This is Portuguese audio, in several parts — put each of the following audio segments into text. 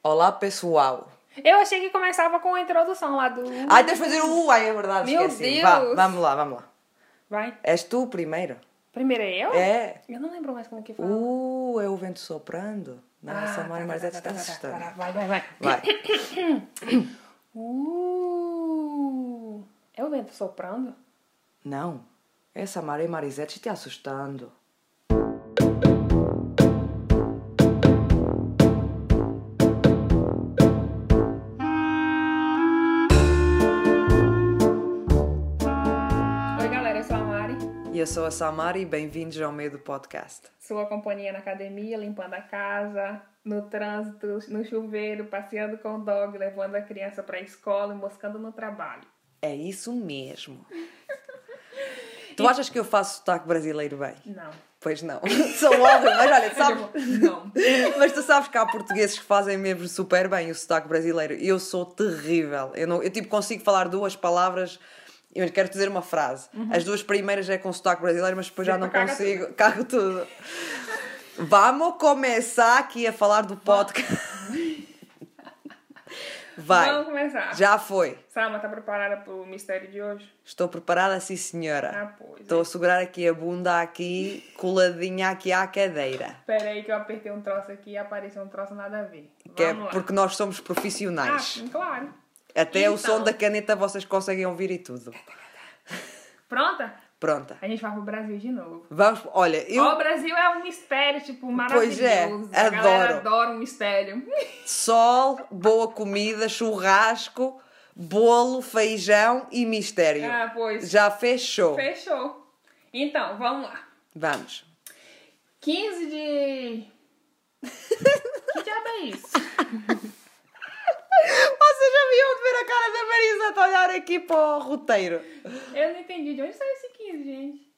Olá, pessoal. Eu achei que começava com a introdução lá do. Ai, tens de fazer o U. Ai, é verdade, Meu esqueci. Deus. Vá, vamos lá, vamos lá. Vai. És tu o primeiro? Primeiro é eu? É. Eu não lembro mais como que fala. Uh, é o vento soprando. Nossa, Ah, a Mari tá, Marzete tá, está tá, tá, tá, tá, assustada. tá. Vai, vai, vai. Vai. Uh, é o vento soprando? Não, essa Maria Marisete te assustando. Oi, galera, eu sou a Mari. E eu sou a Samara e bem-vindos ao meio do podcast. Sua companhia na academia, limpando a casa, no trânsito, no chuveiro, passeando com o dog, levando a criança pra escola e moscando no trabalho. É isso mesmo. tu achas que eu faço sotaque brasileiro bem? Não. Pois não. Sou homem, mas olha, sabe, Não. Mas tu sabes que há portugueses que fazem mesmo super bem o sotaque brasileiro. Eu sou terrível. Eu, não, eu tipo, consigo falar duas palavras. Eu quero dizer uma frase. Uhum. As duas primeiras é com sotaque brasileiro, mas depois já não Depois caga consigo. Cago tudo. Vamos começar aqui a falar do podcast. Vai. Vamos começar. Já foi. Salma, tá preparada pro mistério de hoje? Estou preparada, sim, senhora. Ah, pois. Estou a segurar aqui a bunda aqui, coladinha aqui à cadeira. Pera aí que eu apertei um troço aqui e apareceu um troço nada a ver. Que é Vamos lá. porque nós somos profissionais. Ah, claro. Até o Então. som da caneta vocês conseguem ouvir e tudo. Pronta? Pronta. A gente vai pro Brasil de novo. Vamos, olha, eu O Brasil é um mistério, tipo, maravilhoso. é, A galera adoro. adora um mistério. sol, boa comida, churrasco, bolo, feijão e mistério. Ah, pois. Já fechou. Fechou. Então, vamos lá. Vamos. 15 de. que diabo é isso? Vocês já viam de ver a cara da Marisa a olhar aqui para o roteiro. Eu não entendi. De onde saiu esse 15, gente?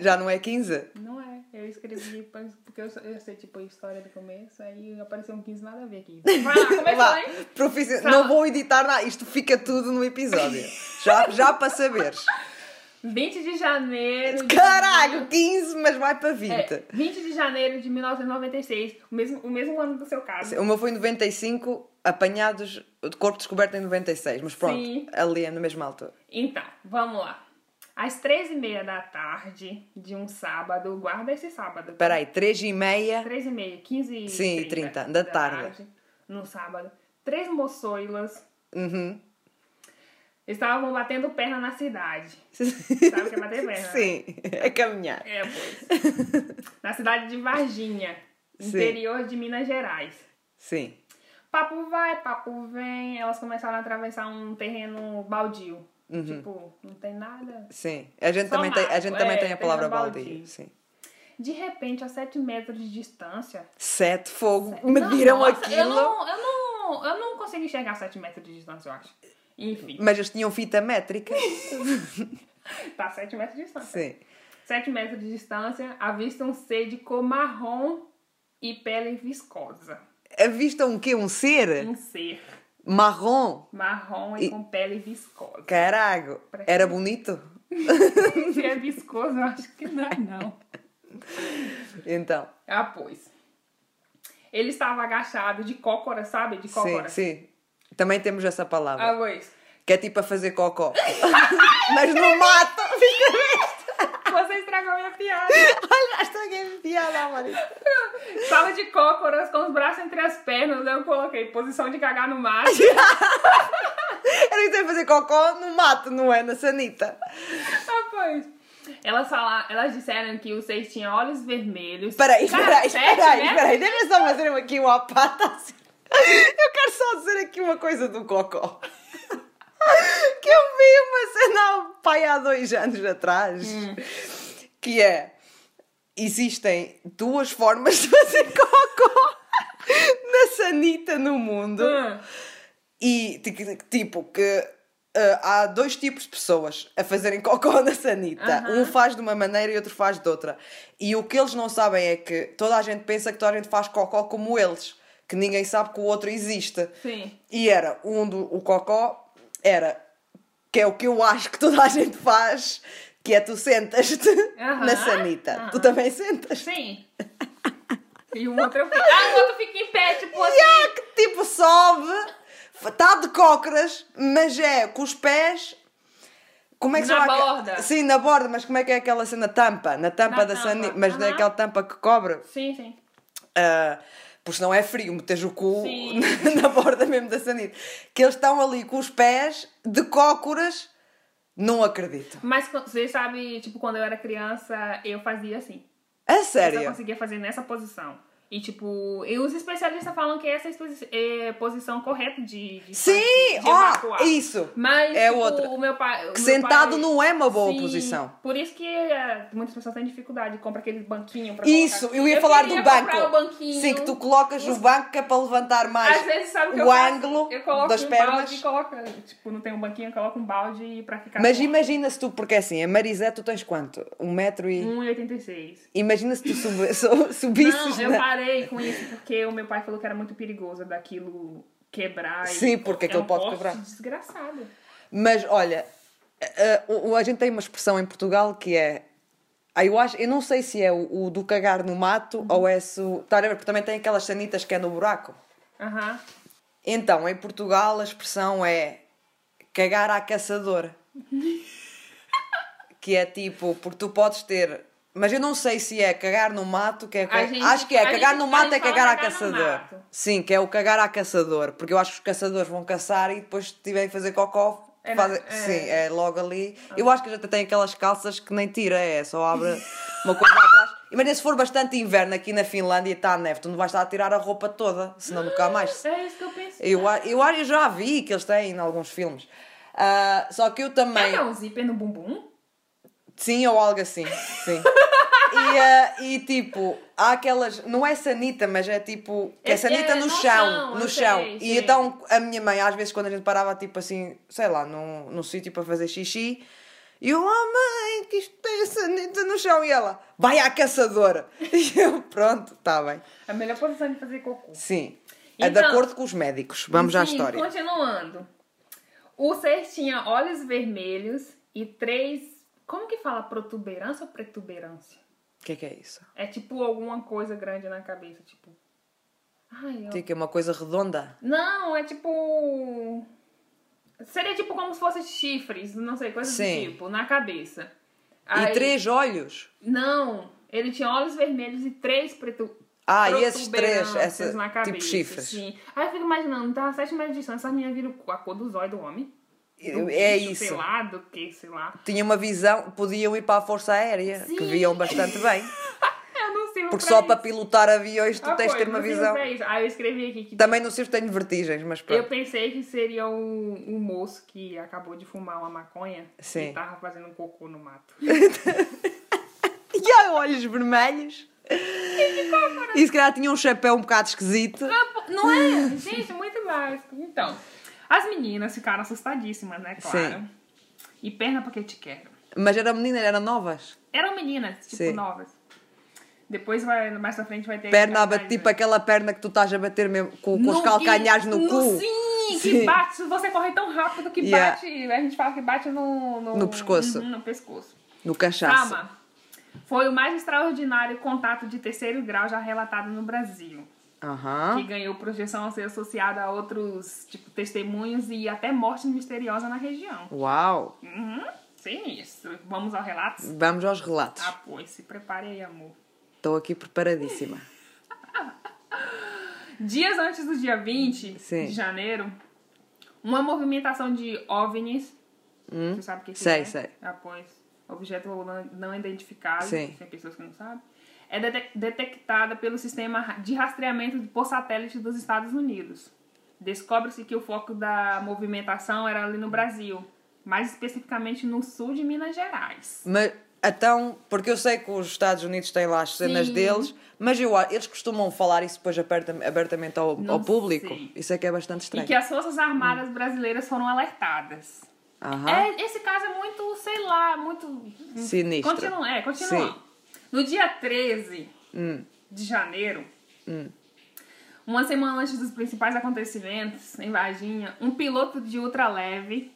Já não é 15? Não é. Eu escrevi pois, porque eu, sou- eu sei, tipo, a história do começo. Aí apareceu um 15 nada a ver aqui. Vai lá, começou, Vá, hein? profissi- Fala. Não vou editar nada, isto fica tudo no episódio. Já, já para saberes. 20 de janeiro. de- Caralho, 15, mas vai para 20. É, 20 de janeiro de 1996, o mesmo, o mesmo ano do seu caso. O meu foi em 95, apanhados, o corpo descoberto em 96, mas pronto, Sim. ali é na mesma altura. Então, vamos lá. Às 13h30 da tarde de um sábado, guarda esse sábado. Espera aí, 3 e meia, 13h30, 15h30. Sim, 30, da tarde. No sábado. Três moçoilas uhum. estavam batendo perna na cidade. Sabe o que é bater perna? né? Sim, é caminhar. É, pois. na cidade de Varginha, Sim. interior de Minas Gerais. Sim, Papo vai, papo vem. Elas começaram a atravessar um terreno baldio. Tipo, não tem nada. sim. A gente, Só também tem, a, mato, gente é, também tem a tem palavra o baldio. baldio. Sim. De repente, a 7 metros de distância. Sete fogo, mediram Não, nossa, Eu aquilo, não, eu, não, eu não consigo enxergar 7 metros de distância, eu acho. Enfim, mas eles tinham fita métrica. tá 7 metros de distância. sim, 7 metros de distância, avista um ser de cor marrom e pele viscosa. avistam o quê? Um ser? Um ser Marrom. marrom e, E- com pele viscosa. Carago, Parece- um- era bonito? Se é viscoso, eu acho que não é, não. Então, Ah, pois. Ele estava agachado de cócora, sabe? De cócora. sim, sim. Também temos essa palavra. Ah, pois. Que é tipo a fazer cocó. Mas não mata! Você estragou minha piada. Olha, estraguei a piada, Marisa. Estava de cócoras com os braços entre as pernas. Eu coloquei posição de cagar no mato. Era isso aí, fazer cocó no mato, não é? Na sanita. Ah, pois. Elas, fala- elas disseram que o seis tinha olhos vermelhos. Peraí, Cara, peraí, sete, peraí, né? peraí. Deixa eu só fazer aqui uma pata assim. Eu quero só dizer aqui uma coisa do cocó. Que eu vi uma cena ao pai há dois anos atrás. Que é... Existem duas formas de fazer cocó na sanita no mundo. Ah, E ti- ti- tipo que eh, há dois tipos de pessoas a fazerem cocó na sanita. Aham. Um faz de uma maneira e outro faz de outra. E o que eles não sabem é que toda a gente pensa que toda a gente faz cocó como eles, que ninguém sabe que o outro existe. Sim. E era um do o cocó era que é o que eu acho que toda a gente faz, que é tu sentas-te Aham. na sanita. Aham. Tu também sentas. um Sim. E o outro eu fiquei. Ah, o outro fica em pé, tipo sobe, está de cócoras, mas é com os pés. Como é que Na se chama? borda. Sim, na borda, mas como é que é aquela cena? Tampa, na tampa Na da tampa. sanita, mas Aham. daquela tampa que cobre. Sim, sim. Ah, porque senão é frio, meteres o cu Sim. na, na borda mesmo da sanita. Que eles estão ali com os pés de cócoras, não acredito. Mas co- você sabe, tipo, quando eu era criança, eu fazia assim. A Eu só sério? conseguia fazer nessa posição. E, tipo, e os especialistas falam que essa é a exposi- é a posição correta de, de Sim! fazer- de Ó, evacuar. isso! Mas, É tipo, outra. o meu pai... o meu Sentado pai- não é uma boa Sim, posição. Por isso que eh, muitas pessoas têm dificuldade, compra aquele banquinho pra Isso, colocar. eu ia falar do queria banco. comprar o banquinho. Sim, que tu colocas o banco que é para levantar mais. Às vezes, sabe o que o eu faço? ângulo Eu coloco das um pernas. balde e coloco... Tipo, não tem um banquinho, eu coloco um balde pra ficar... Mas com- imagina se tu, porque assim, a Marisé tu tens quanto? Um metro e. 1,86. Imagina se tu sub, su- subisses. né? Não, eu na- parei com isso porque o meu pai falou que era muito perigoso daquilo quebrar. e- Sim, porque aquilo é um pode corte quebrar. desgraçado. Mas olha, eh, eh, o- o- a, gente tem uma expressão em Portugal que é. ah, eu, acho, eu não sei se é o, o do cagar no mato ou é se. o- Tá a ver? Porque também tem aquelas sanitas que é no buraco. Aham. Então, em Portugal a expressão é cagar à caçadora. que é tipo, porque tu podes ter. Mas eu não sei se é cagar no mato, que é A gente- acho que é a cagar gente- no a mato gente é fala cagar à cagar no caçador. mato. Sim, que é o cagar à caçador, porque eu acho que os caçadores vão caçar e depois se tiverem que fazer cocó, É, fazem, é. Ah. sim, é logo ali. Eu acho que já tem aquelas calças que nem tira, é só abre uma coisa atrás. Imagina se for bastante inverno aqui na Finlândia e está a neve, tu não vais estar a tirar a roupa toda, senão nunca mais É isso que eu pensei. eu, a- eu, a- eu já vi que eles têm em alguns filmes. Ah, só que eu também. É um zíper no bumbum? Sim, ou algo assim. Sim. e, ah, e tipo, há aquelas. Não é sanita, mas é tipo. Que é É- sanita é no no chão. chão, no eu chão. sei, e sim. então a minha mãe, às vezes, quando a gente parava, tipo assim, sei lá, num, num sítio para fazer xixi. E eu, oh mãe, que isto tem sanita no chão. E ela, vai à caçadora. E eu, pronto, está bem. É A melhor posição de fazer cocô. Sim. É de Então- acordo com os médicos. Vamos à Sim, história. Continuando. O ser tinha olhos vermelhos e três. Como que fala protuberância ou protuberância? O que é que é isso? É tipo alguma coisa grande na cabeça, tipo. Ai, eu... Tem que é uma coisa redonda. Não, é tipo. Seria tipo como se fosse chifres, não sei, coisa Sim. do tipo, na cabeça. E três olhos. Não, ele tinha olhos vermelhos e três preto. Ah, e esses protuberâncias três, essa, um na cabeça, tipo chifres. Sim. Aí eu fico imaginando, tá a sete metros de distância, essas meninas viram a cor do zóio do homem. Do É Um bicho, Sei isso. lá, do que, sei lá. Tinha uma visão, podiam ir para a Força Aérea, que Sim. viam bastante bem. Eu não sirvo Porque pra só isso. para pilotar aviões tu Ah, tens de foi, ter eu uma não sirvo visão. Tá. pra isso. Aí eu escrevi aqui que Também não sei se tenho vertigens, mas Eu pronto. pensei que seria um, um moço que acabou de fumar uma maconha Sim. e tava fazendo um cocô no mato. E há olhos vermelhos. E se calhar tinha um chapéu um bocado esquisito. Não é? Gente, muito básico. Então, as meninas ficaram assustadíssimas, né? Claro. Sim. E perna porque eu te quero. Mas era menina, era novas. Eram meninas, tipo, Sim. novas. Depois, vai, mais pra frente, vai ter... Perna a mais- bater, tipo aquela perna que tu estás a bater mesmo com, com os né? No- calcanhares e- no cu. Sim, Sim. que bate. Se você correr tão rápido que Yeah. bate... A gente fala que bate no... No pescoço. Uhum, no pescoço. No cachaço. Calma. Foi o mais extraordinário contato de terceiro grau já relatado no Brasil. Aham. que ganhou projeção ao ser associada a outros tipo, testemunhos e até morte misteriosa na região. Uau. Uhum, sinistro. Vamos ao relato? Vamos aos relatos. Ah, pois, se prepare aí, amor. Estou aqui preparadíssima. Dias antes do dia 20 Sim. de janeiro, uma movimentação de OVNIs, você sabe o que, que Hum? Sei, é? sei. Ah, pois, objeto não- não identificado, Sim. tem pessoas que não sabem, é dete- detectada pelo sistema de rastreamento por satélite dos Estados Unidos. Descobre-se que o foco da movimentação era ali no Brasil, mais especificamente no sul de Minas Gerais. Mas então, porque eu sei que os Estados Unidos têm lá as cenas Sim. deles, mas eu, a- eles costumam falar isso depois aperta- abertamente ao, Não ao público. sei. Isso é que é bastante E estranho. que as Forças Armadas Hum. brasileiras foram alertadas. Aham. É, esse caso é muito, sei lá, muito. Sinistro. Continua, é, continua. Sim. No dia 13 de janeiro, Uma semana antes dos principais acontecimentos, em Varginha, um piloto de ultraleve,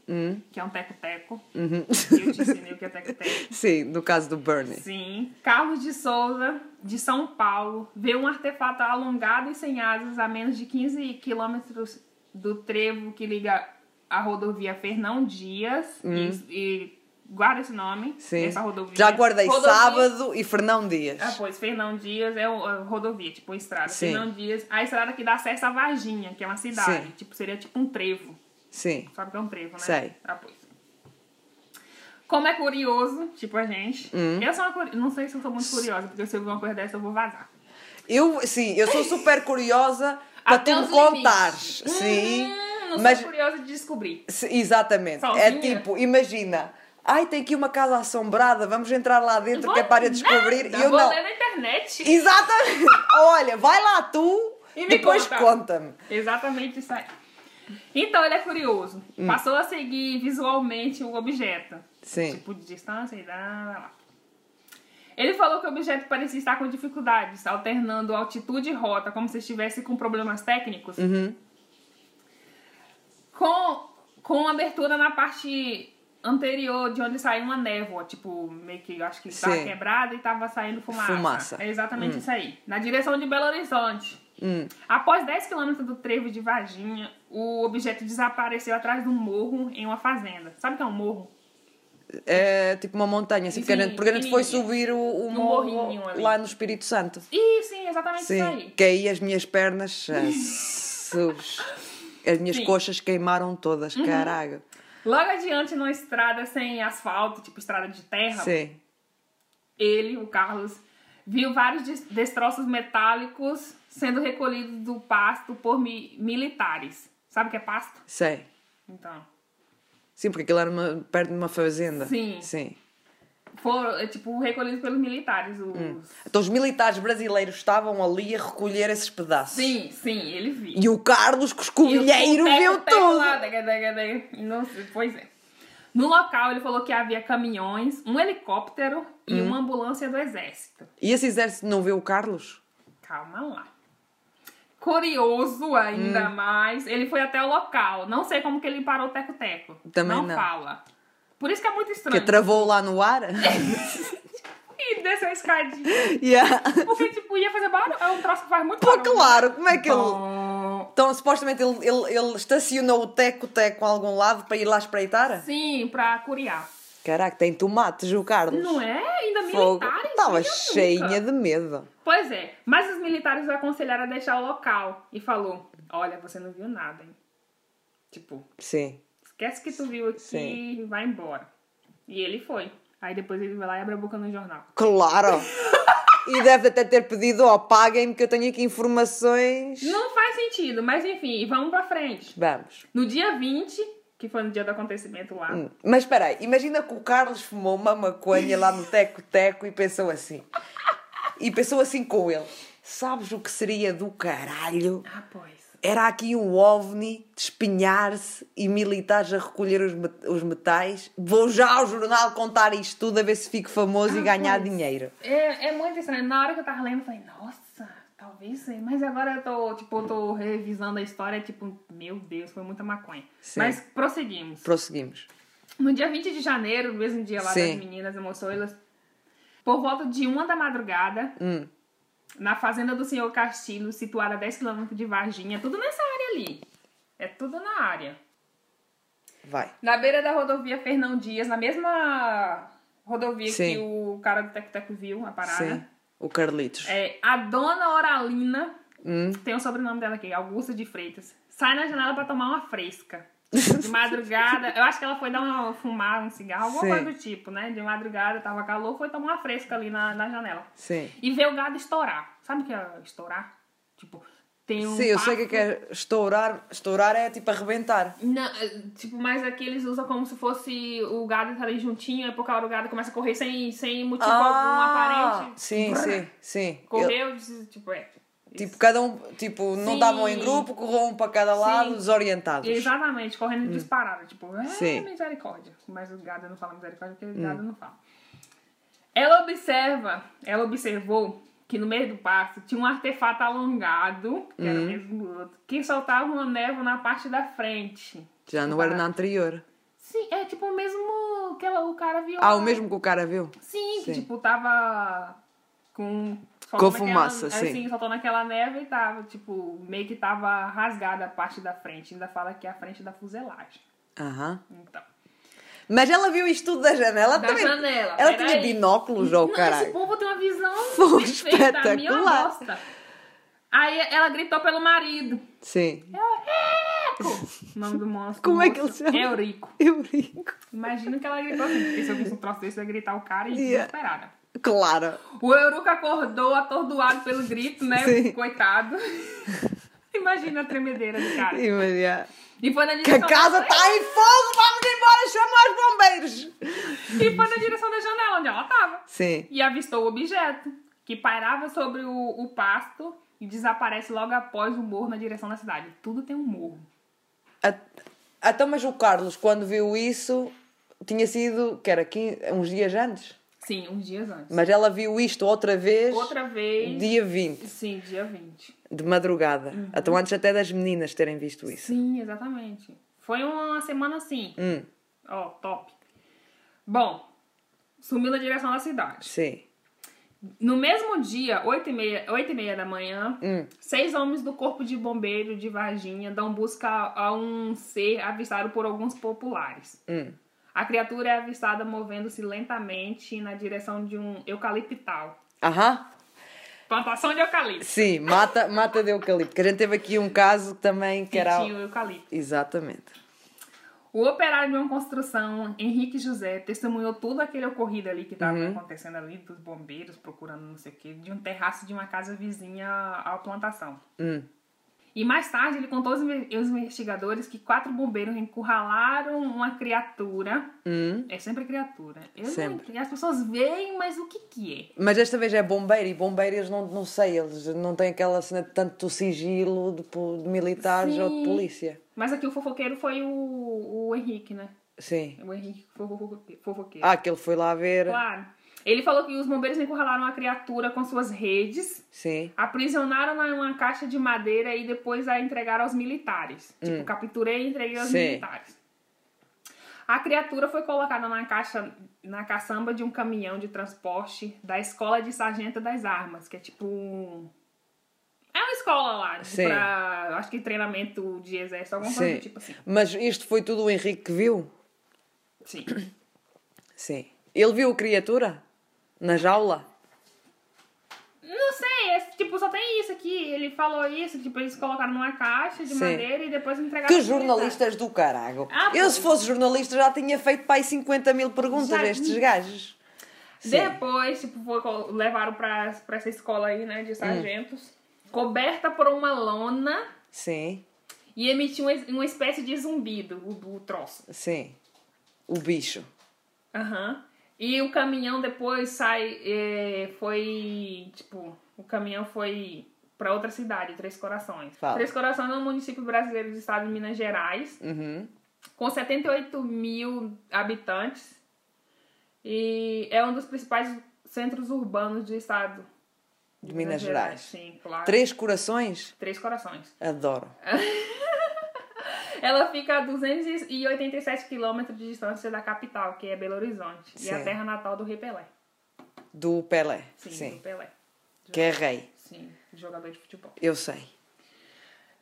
que é um teco-teco, eu te ensinei o que é teco-teco. Sim, no caso do Bernie. Sim. Carlos de Souza, de São Paulo, vê um artefato alongado e sem asas a menos de 15 quilômetros do trevo que liga a rodovia Fernão Dias e, e guarda esse nome Hum. Sim. essa rodovia. Já guardei Rodovia- sábado e Fernão Dias. Ah, pois, Fernão Dias é o- a rodovia, tipo uma estrada. Sim. Fernão Dias, a estrada que dá acesso a Varginha, que é uma cidade. Sim. Tipo, seria tipo um trevo. Sim. Sabe o que é um trevo, né? Sei. Ah, pois. Como é curioso, tipo a gente. Hum. Eu sou uma curi- Não sei se eu sou muito curiosa, porque se eu ver uma coisa dessa, eu vou vazar. Eu, sim, eu sou super curiosa para Até tu me os contar. limites. Sim. Hum, não mas sou curiosa de descobrir. se- exatamente. É Sozinha? tipo, imagina. Ai, tem aqui uma casa assombrada, vamos entrar lá dentro que é para descobrir. Nada, e eu vou não. ler na internet. Exatamente. Olha, vai lá tu, E me depois conta. conta-me. Exatamente isso aí. Então ele é curioso. Hum. Passou a seguir visualmente o objeto. Sim. Tipo de distância e lá, lá, lá. Ele falou que o objeto parecia estar com dificuldades, alternando altitude e rota, como se estivesse com problemas técnicos. Uhum. Com, com abertura na parte anterior de onde saiu uma névoa, tipo, meio que eu acho que estava Sim. quebrada e estava saindo fumaça. Fumaça. É exatamente isso aí. Na direção de Belo Horizonte. Hum. Após 10 quilômetros do trevo de Varginha, o objeto desapareceu atrás de um morro em uma fazenda. Sabe o que é um morro? É tipo uma montanha, assim, Sim, pequena, porque a gente foi pequenininha. subir o, o Um morro morrinho ali. lá no Espírito Santo. Ih, sim, exatamente isso Sim, aí. caí as minhas pernas, Jesus. as minhas Sim. Uhum. coxas queimaram todas, caraca. Logo adiante, numa estrada sem asfalto, tipo estrada de terra, Sim, ele, o Carlos, viu vários des- destroços metálicos sendo recolhidos do pasto por mi- militares. Sabe o que é pasto? sei. Então, Sim, porque aquilo era uma, perto de uma fazenda. Sim. Sim. foram, é, tipo, recolhidos pelos militares. Os... Então os militares brasileiros estavam ali a recolher esses pedaços. Sim, sim, ele viu. E o Carlos, com o escovilheiro, E o viu teco, teco tudo. lá, daga, daga, daga. Não sei, pois é. No local, ele falou que havia caminhões, um helicóptero e Hum. uma ambulância do exército. E esse exército não viu o Carlos? Calma lá. Curioso ainda Hum. mais, ele foi até o local. Não sei como que ele parou o teco-teco. Também não. fala. Por isso que é muito Que estranho. travou lá no ar? E desceu a escadinha. yeah. Porque, tipo, ia fazer barulho. É um troço que faz muito Pô, barulho. claro, como é que ele... Bom. Então, supostamente, ele, ele, ele estacionou o teco-teco a algum lado para ir lá espreitar? Sim, pra curiar. Caraca, tem tomates o Carlos. Não é? Ainda Fogo. militares? Estava minha nuca. cheinha de medo. Pois é, mas os militares o aconselharam a deixar o local e falou: Olha, você não viu nada, hein? Tipo, Sim. esquece que tu viu aqui Sim. e vai embora. E ele foi. Aí depois ele vai lá e abre a boca no jornal. Claro! e deve até ter pedido, ó, paguem-me que eu tenho aqui informações. Não faz sentido, mas enfim, vamos pra frente. Vamos. No dia 20, que foi no dia do acontecimento lá, Hum, Mas espera aí, imagina que o Carlos fumou uma maconha lá no teco-teco e pensou assim. E pensou assim com ele. Sabes o que seria do caralho? ah, pois. Era aqui um ovni de espinhar-se e militares a recolher os, met- os metais. Vou já ao jornal contar isto tudo a ver se fico famoso e Ah, ganhar pois. dinheiro. É, é muito estranho. Na hora que eu tava lendo, eu falei, nossa, talvez sim. Mas agora eu tô, tipo, eu tô revisando a história, tipo, meu Deus, foi muita maconha. Sim. Mas prosseguimos. Prosseguimos. No dia 20 de janeiro, no mesmo dia lá Sim. das meninas emoções, por volta de uma da madrugada, Hum. na fazenda do senhor Castilho, situada a 10 km de Varginha, tudo nessa área ali. É tudo na área. Vai. Na beira da rodovia Fernão Dias, na mesma rodovia Sim. que o cara do Tec Tec viu, a parada. Sim. O Carlitos. É, a dona Oralina, Hum. tem o sobrenome dela aqui, Augusta de Freitas, sai na janela pra tomar uma fresca. De madrugada, eu acho que ela foi dar uma, fumar um cigarro, alguma Sim. coisa do tipo, né? De madrugada, tava calor, foi tomar uma fresca ali na, na janela. Sim. E vê o gado estourar. Sabe o que é estourar? Tipo, tem um. Sim, eu sei o que é bafo- que é estourar. Estourar é tipo arrebentar. Não, é, tipo, mas aqui eles usam como se fosse o gado tá ali juntinho, aí por causa o gado começa a correr sem, sem motivo Tipo, Ah! algum aparente. Um Sim, sim, sim. Ele- Correu, tipo, é. tipo, cada um, tipo, não Sim. estavam em grupo, correu um para cada lado, Sim. desorientados. Exatamente, correndo disparada. Tipo, é Hum. Sim. Hum. misericórdia. Mas o gado não fala misericórdia porque o gado não fala. Ela observa, ela observou que no meio do pasto tinha um artefato alongado, que Hum. era o mesmo do outro, que soltava uma névoa na parte da frente. Já não era na anterior. Sim, é tipo o mesmo que ela- o cara viu. Ah, o mesmo que o cara viu? Sim, que Sim. tipo tava com. Com fumaça, naquela, sim. Assim, soltando aquela neve e tava, tipo, meio que tava rasgada a parte da frente. Ainda fala que é a frente da fuselagem. Aham. Então. Mas ela viu isto tudo da janela Da Tá também. janela, Ela tinha peraí. binóculos ou Não, Esse caralho. povo tem uma visão Foi perfeita, a minha é uma espetacular. bosta. Aí ela gritou pelo marido. Sim. O nome do monstro. Como é que ele chama? Eurico. Eu brinco. Imagina que ela gritou assim. Porque se eu visse um troço desse, eu ia gritar o cara e Yeah. desesperada. Claro. O Eurico acordou atordoado pelo grito, né? Sim. Coitado. Imagina a tremedeira do cara. Sim, Maria. E foi na Que a direção casa tá da... está em fogo, vamos embora, chama os bombeiros. E foi na direção da janela onde ela tava. Sim. E avistou o objeto, que pairava sobre o, o pasto e desaparece logo após o morro na direção da cidade. Tudo tem um morro. A- Então, mas o Carlos, quando viu isso, tinha sido, que era 15, uns dias antes. Sim, uns dias antes. Mas ela viu isto outra vez, Outra vez. dia 20, Sim, dia 20. de madrugada. Então, antes até das meninas terem visto isso. Uhum. Sim, exatamente. Foi uma semana assim. Hum, Ó, top. Bom, sumiu na direção da cidade. sim. No mesmo dia, 8 e meia, 8 e meia da manhã, Hum. seis homens do Corpo de Bombeiro de Varginha dão busca a um ser avistado por alguns populares. Hum. A criatura é avistada movendo-se lentamente na direção de um eucaliptal. Aham. Plantação de eucalipto. Sim, mata, mata de eucalipto. Que a gente teve aqui um caso também que era. Que tinha o eucalipto. Exatamente. O operário de uma construção, Henrique José, testemunhou tudo aquele ocorrido ali que Uhum. estava acontecendo ali, dos bombeiros procurando não sei o que, de um terraço de uma casa vizinha à plantação. Hum. E mais tarde ele contou aos inve- aos investigadores que quatro bombeiros encurralaram uma criatura. Hum. É sempre criatura. Eu Sempre. Não, entendo. as pessoas veem, mas o que que é? Mas desta vez é bombeiro e bombeiros não, não sei, eles não têm aquela cena de tanto sigilo de, po- de militares Sim. ou de polícia. Mas aqui o fofoqueiro foi o, o Henrique, né? Sim. O Henrique fofo- fofoqueiro. Ah, aquele foi lá ver. Claro. Ele falou que os bombeiros encurralaram a criatura com suas redes. Sim. Aprisionaram-na em uma caixa de madeira e depois a entregaram aos militares. Tipo, capturei e entreguei aos Hum. Sim. militares. A criatura foi colocada na caixa, na caçamba de um caminhão de transporte da escola de sargento das armas, que é tipo um... É uma escola lá, de- Sim. pra, eu acho que treinamento de exército, alguma coisa Sim. do tipo assim. Mas isto foi tudo o Henrique que viu? Sim. Sim. Ele viu a criatura? Na jaula? Não sei, é, tipo, só tem isso aqui. Ele falou isso, tipo, eles colocaram numa caixa de Sim. madeira e depois entregaram Que aos militares. jornalistas do caralho! Ah, eu, pois. se fosse jornalista, já tinha feito para aí 50 mil perguntas Já- a estes gajos. Sim. Depois, tipo, foi co- levaram pra, pra essa escola aí, né, de sargentos. Coberta por uma lona Sim, e emitiu uma, uma espécie de zumbido, o, o troço. sim. O bicho. Aham. E o caminhão depois sai, é, foi, tipo, o caminhão foi pra outra cidade, Três Corações. Fala. Três Corações é um município brasileiro do estado de Minas Gerais. Uhum. com 78 mil habitantes e é um dos principais centros urbanos do estado De Minas é Sim, claro. Três corações? Três corações. Adoro. Ela fica a 287 quilômetros de distância da capital, que é Belo Horizonte, e é Sim. a terra natal do Rei Pelé. Do Pelé. Sim, Sim. do Pelé. Que é rei. Sim, jogador de futebol. Eu sei.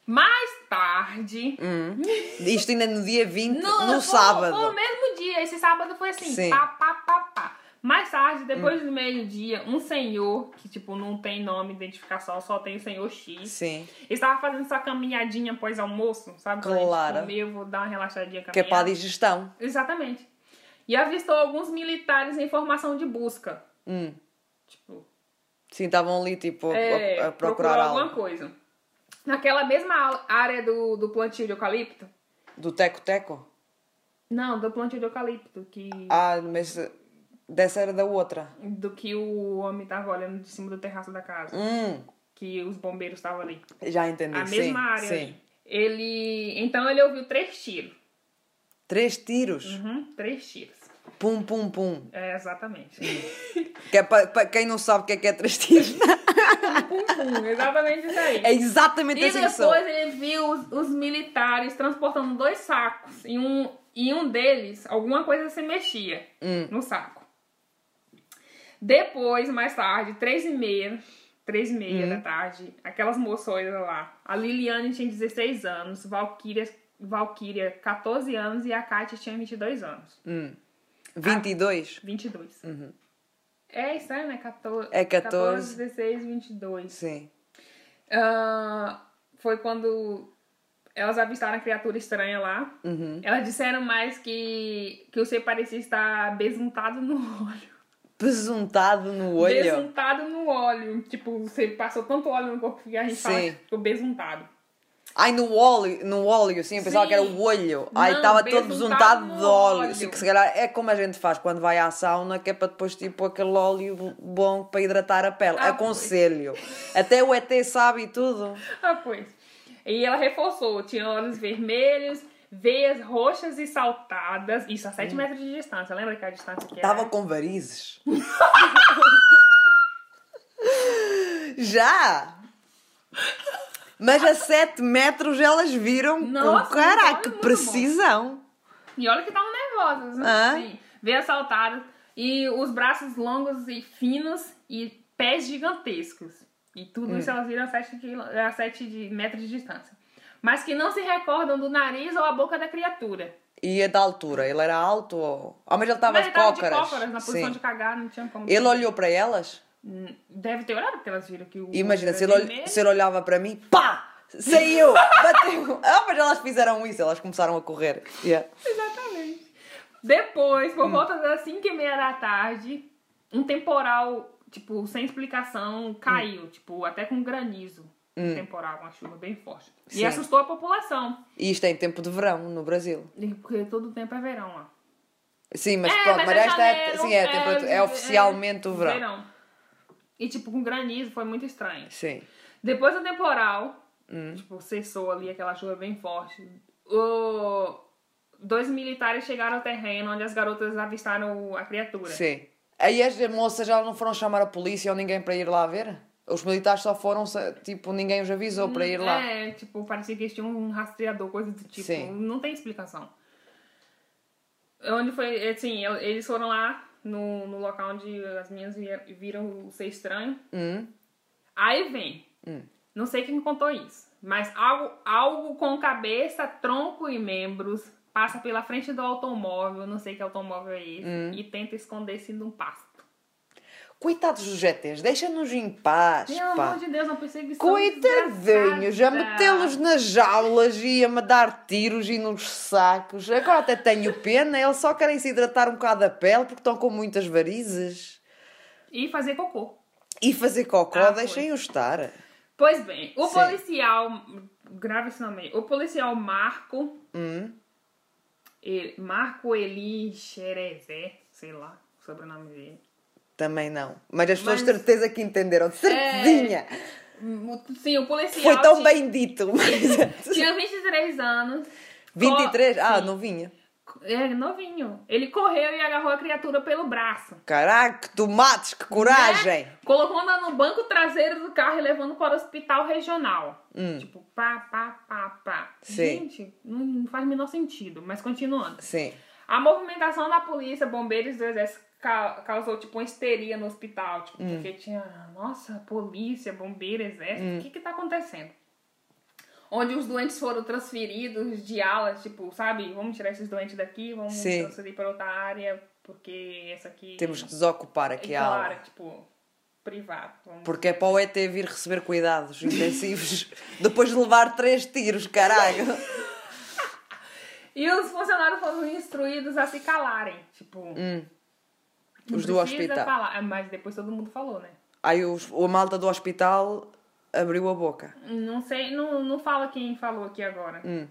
Mais tarde, Uhum. Isto ainda no dia 20, No, é no, foi- sábado. Foi o mesmo dia. Esse sábado foi assim, Sim. Hum. pá, pá, pá, pá. Mais tarde, depois do meio-dia, um senhor, que tipo, não tem nome, identificação, só tem o senhor X, Sim. estava fazendo sua caminhadinha após almoço, sabe? Quando a gente Claro. comeu, vou dar uma relaxadinha Que é para a caminhada. digestão. Exatamente. E avistou alguns militares em formação de busca. Hum. Tipo, Sim, estavam ali tipo a- é, a, a procurar procurou alguma algo. coisa. Naquela mesma al- área do, do plantio de eucalipto. Do teco-teco? Não, do plantio de eucalipto, que. Ah, mas dessa era da outra. do que o homem tava olhando de cima do terraço da casa, Hum, que os bombeiros estavam ali. já entendi. A sim, mesma área. Sim. ali. Ele, então ele ouviu três tiros. Três tiros. Uhum, três tiros. Pum, pum, pum. É, exatamente. Que é para, quem não sabe o que é que é três tiros, Pum, pum, exatamente isso aí. É exatamente E assim que são. depois ele viu os, os militares transportando dois sacos. E um, e um deles, alguma coisa se mexia Hum. no saco. Depois, mais tarde, três e meia, três e Hum. meia da tarde, aquelas moçoidas lá. A Liliane tinha 16 anos, Valkyria, Valkyria 14 anos e a Kátia tinha 22 anos. Hum. 22? 22. É estranho, né? 14, É 14. 14, 16, 22. Sim. Ah, foi quando elas avistaram a criatura estranha lá. Uhum. Elas disseram mais que, que o ser parecia estar besuntado no óleo. Besuntado no olho. Besuntado no óleo. Tipo, você passou tanto óleo no corpo que a gente fala que Sim. ficou besuntado. Ai, no óleo, no óleo, sim, eu pensava Sim. que era o olho. Ai, Não, estava besuntado todo besuntado no de óleo. óleo. Assim, que se calhar é como a gente faz quando vai à sauna, que é para depois tipo aquele óleo bom para hidratar a pele. Ah, Aconselho. Até o ET sabe e tudo. Ah, pois. E ela reforçou: tinha olhos vermelhos, veias roxas e saltadas. Isso a 7 metros de distância. Lembra que a distância que era? Estava com varizes. Já! Mas a 7 metros elas viram. Nossa, com... Caraca, olha, que muito bom. precisão! E olha que estavam nervosas, né? Ah. Sim. Veio saltadas E os braços longos e finos e pés gigantescos. E tudo Hum. isso elas viram a 7, quilo- a 7 de metros de distância. Mas que não se recordam do nariz ou a boca da criatura. E é da altura, ele era alto ou. Ah, mas ele estava Mas de ele tava cócaras. de cócoras, na posição Sim. de cagar, não tinha como. Ele olhou para elas, Hum, Deve ter olhado, porque elas viram que o. imagina, era se ele, olh- vermelho. se ele olhava para mim, pá! Saiu! Bateu! Ah, mas elas fizeram isso, elas começaram a correr. Yeah. Exatamente. Depois, Hum. por volta das 5 e meia da tarde, um temporal, tipo, sem Hum. explicação, caiu. Tipo, até com granizo. Um temporal, uma chuva bem forte. E Sim. assustou a população. E isto é em tempo de verão no Brasil. E- Porque todo tempo é verão lá. Sim, mas É, pronto, mas mas, é esta é, janeiro, sim, é, é- temperatura- é é- oficialmente o verão. E, tipo, com granizo, foi muito estranho. Sim. Depois do temporal, Hum. tipo, cessou ali aquela chuva bem forte. O... Dois militares chegaram ao terreno onde as garotas avistaram a criatura. Sim. Aí as moças já não foram chamar a polícia ou ninguém para ir lá ver? Os militares só foram, se- tipo, ninguém os avisou para ir lá. É, tipo, parecia que eles tinham um rastreador, coisa do tipo. Sim. Não tem explicação. Onde foi, assim, el- eles foram lá no, no local onde as minhas vie- viram o ser estranho. Hum? Aí vem. Não sei quem contou isso, mas algo, algo com cabeça, tronco e membros passa pela frente do automóvel, não sei que automóvel é esse, Hum. e tenta esconder-se num pasto. Coitados dos GTs, deixa-nos em paz, Pelo pá. amor de Deus, uma perseguição Coitadinhos, a desgraçada. metê-los nas jaulas e a me dar tiros e nos sacos. Agora até tenho pena, eles só querem se hidratar um bocado a pele porque estão com muitas varizes. E fazer cocô. E fazer cocó, Ah, pois. deixem-os estar. Pois bem, o Sim. policial. Grava esse nome aí. O policial Marco. Hum. ele- Marco Eli Xerezé, sei lá o sobrenome dele. Também não. Mas as pessoas Mas- É, de certeza que entenderam. De Certezinha! O- Sim, o policial. Foi tão ti- bem dito. Mas... Tinha 23 anos. 23? Co- Ah, sim, novinha. É, novinho. Ele correu e agarrou a criatura pelo braço. Caraca, que tomates, que coragem! Né? Colocou-na no banco traseiro do carro e levando para o hospital regional. Hum. Tipo, pá, pá, pá, pá. Sim. Gente, não- não faz o menor sentido. Mas continuando. Sim. A movimentação da polícia, bombeiros do exército ca- causou tipo uma histeria no hospital, tipo, Hum. porque tinha, nossa, polícia, bombeiro, exército, Hum. o que que tá acontecendo? Onde os doentes foram transferidos de alas, tipo, sabe, vamos tirar esses doentes daqui, vamos Sim. transferir para outra área, porque essa aqui Temos que desocupar aqui é a claro, aula. tipo, privado. Vamos... Porque é para o ET vir receber cuidados intensivos depois de levar três tiros, caralho. E os funcionários foram instruídos a se calarem, tipo, Hum. não Os do precisa hospital. falar. Ah, Mas depois todo mundo falou, né? Aí os, a malta do hospital abriu a boca. Não sei, não, não fala quem falou aqui agora. Hum.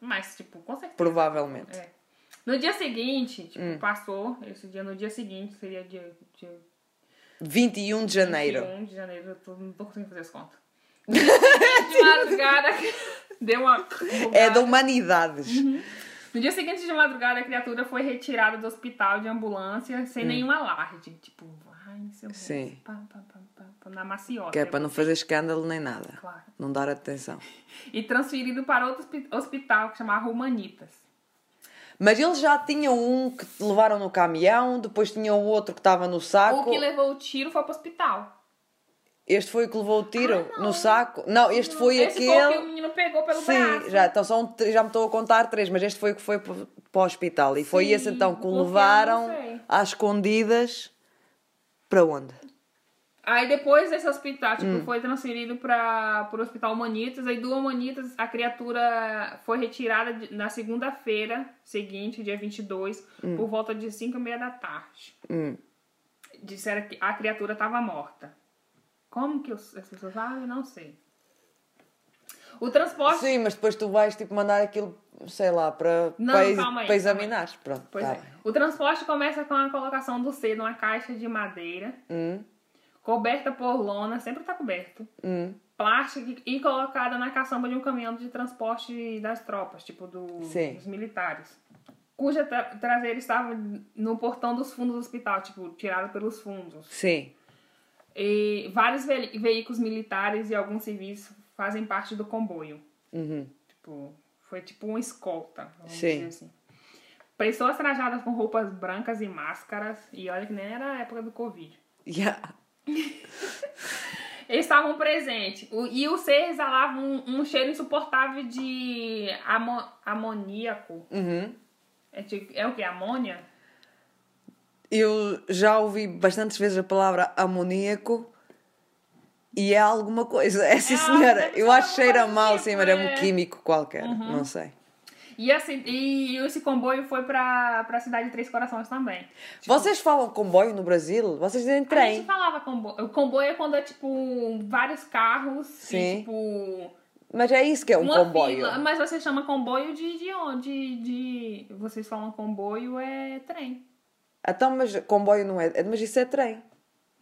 Mas, tipo, com certeza. Provavelmente. É. No dia seguinte, tipo, Hum. passou. Esse dia no dia seguinte seria dia, dia 21 de janeiro. 21 de janeiro. Eu tô, não tô conseguindo fazer as contas. de madrugada. Deu uma. É um da humanidades. Uhum. No dia seguinte de madrugada, a criatura foi retirada do hospital de ambulância sem nenhum alarde. Tipo, ai, em seu rosto. Hum. Sim. Pá, pá, pá, pá, pá, na maciota. Que é para não fazer escândalo nem nada. Claro. Não dar atenção. E transferido para outro hospi- hospital que chamava Humanitas. Mas eles já tinham um que levaram no caminhão, depois tinham outro que estava no saco. O que levou o tiro foi pro hospital. Este foi o que levou o tiro Ah, não. no saco. Não, este foi Esse aquele. Foi o que o menino pegou pelo braço. Sim, já, então são, tre- já me estou a contar três, mas este foi o que foi pro- para o hospital. E foi Sim, esse então que porque eu o não levaram sei. às escondidas para onde? Aí depois desse hospital, tipo, Hum. foi transferido para o hospital Humanitas. Aí do Humanitas, a criatura foi retirada de- na segunda-feira seguinte, dia 22, por volta de 5 e meia da tarde. Hum. Disseram que a criatura estava morta. Como que os- as pessoas falam? Eu não sei. O transporte... Sim, mas depois tu vais tipo mandar aquilo, sei lá, para, Não, para, calma aí, para calma examinares. Pronto, Pois tá é. bem. O transporte começa com a colocação do cedo numa caixa de madeira, Hum, coberta por lona, sempre tá coberto. hum. plástica e colocada na caçamba de um caminhão de transporte das tropas, tipo do- Sim. dos militares. Cuja tra- traseira estava no portão dos fundos do hospital, tipo, tirada pelos fundos. Sim. E vários ve- veículos militares e alguns civis fazem parte do comboio. Uhum. Tipo, foi tipo uma escolta, vamos Sim. dizer assim. Pessoas trajadas com roupas brancas e máscaras, e olha que nem era a época do Covid. Yeah. Eles estavam presentes. O- e o ser exalava um, um cheiro insuportável de amo- amoníaco. Uhum. É, tipo- é o que? Amônia? Eu já ouvi bastantes vezes a palavra amoníaco e é alguma coisa. É sim, É, senhora. deve Eu acho que ser alguma cheira coisa mal, tipo, sim, mas é um é. Uhum. químico qualquer. Não sei. E, assim, e esse comboio foi pra, pra cidade de Três Corações também. Tipo, Vocês falam comboio no Brasil? Vocês dizem A gente trem. falava comboio. O comboio é quando é tipo vários carros Sim. e tipo. Mas é isso que é um uma comboio. fila. Mas você chama comboio de, de onde? De, de- Vocês falam comboio é trem. Então, mas comboio não é. Mas isso é trem.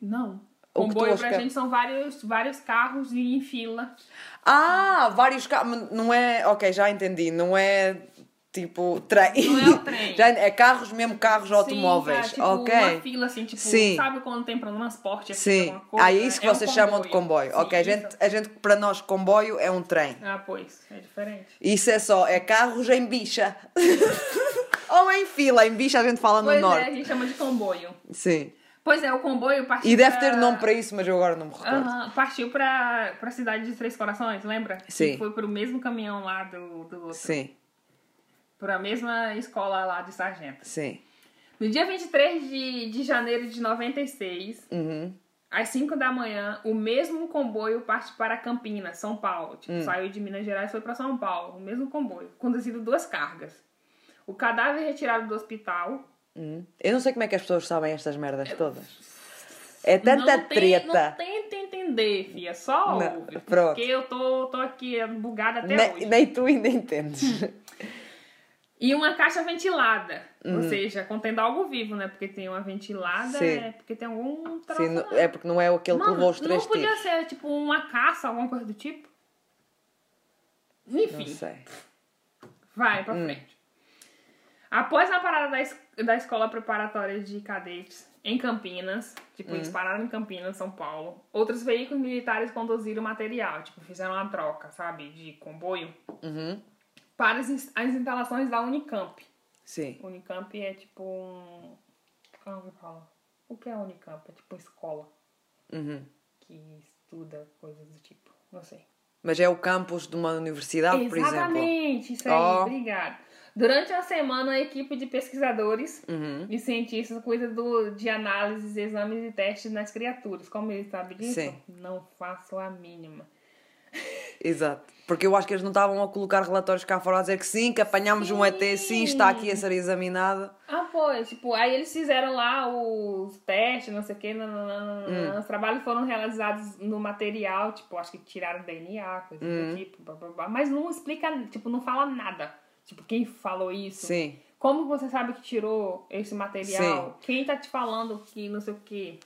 Não. O que tu Comboio pra acha que é? gente são vários, vários carros em fila. Ah, vários carros. Não é. Ok, já entendi. Não é tipo trem. Não é o trem. Já- é carros, mesmo carros, automóveis. Sim, tá, tipo, ok. Uma fila assim, tipo, Sim. sabe quando tem para um transporte assim, Sim, alguma coisa? ah, é isso que É um vocês chamam de comboio. Sim, ok, a isso. gente, a gente, para nós, comboio é um trem. Ah, pois, é diferente. Isso é só, é carros em bicha. Ou em fila, em bicha a gente fala Pois no é, a norte. gente chama de comboio. Sim. Pois é, o comboio partiu E deve ter pra- nome para isso, mas eu agora não me recordo. Aham, partiu pra, pra cidade de Três Corações, lembra? Sim. Que foi pro mesmo caminhão lá do, do outro. Sim, Pra mesma escola lá de sargentos. sim. No dia 23 de, de janeiro de 96, Uhum. às 5 da manhã, o mesmo comboio parte para Campinas, São Paulo. Tipo, Hum. saiu de Minas Gerais e foi para São Paulo. O mesmo comboio, conduzido duas cargas. O cadáver retirado do hospital. uhum. Eu não sei como é que as pessoas sabem estas merdas todas. É tanta não treta. Tem, não tenta entender, filha. Só Não, ouve. pronto. Né, Porque eu tô, tô aqui bugada até Ne- hoje. Uhum. nem tu ainda entendes. E uma caixa ventilada. Ou seja, contendo algo vivo, né? Porque tem uma ventilada, Hum. Sim. é porque tem algum troço Sim, não- lá. é porque não é aquele que Mano, levou os três não podia tiros. ser tipo uma caça, alguma coisa do tipo? Enfim, assim. Não sei. vai pra frente. Após a parada da, es- da escola preparatória de cadetes em Campinas, tipo, eles pararam em Campinas, São Paulo, outros veículos militares conduziram material, tipo, fizeram uma troca, sabe, de comboio, Uhum. para as, ins- as instalações da Unicamp. Sim. Unicamp é tipo um. Como que fala? O que é Unicamp? É tipo escola Uhum. que estuda coisas do tipo. Não sei. Mas é o campus de uma universidade, por exemplo. Exatamente, isso aí, Ó. obrigada. Durante a semana, a equipe de pesquisadores Uhum. e cientistas cuida do, de análises, exames e testes nas criaturas. Como eles sabem disso? Sim. Não faço a mínima. Exato. Porque eu acho que eles não estavam a colocar relatórios cá fora a dizer que sim, que apanhámos um ET, sim, está aqui a ser examinado. Ah, pois, tipo, aí eles fizeram lá os testes, não sei o que, Hum. os trabalhos foram realizados no material, tipo, acho que tiraram DNA, coisa Hum. do tipo, blá, blá, blá, mas não explica, tipo, não fala nada. Tipo, quem falou isso? Sim. Como você sabe que tirou esse material? Quem tá te falando que não sei o que?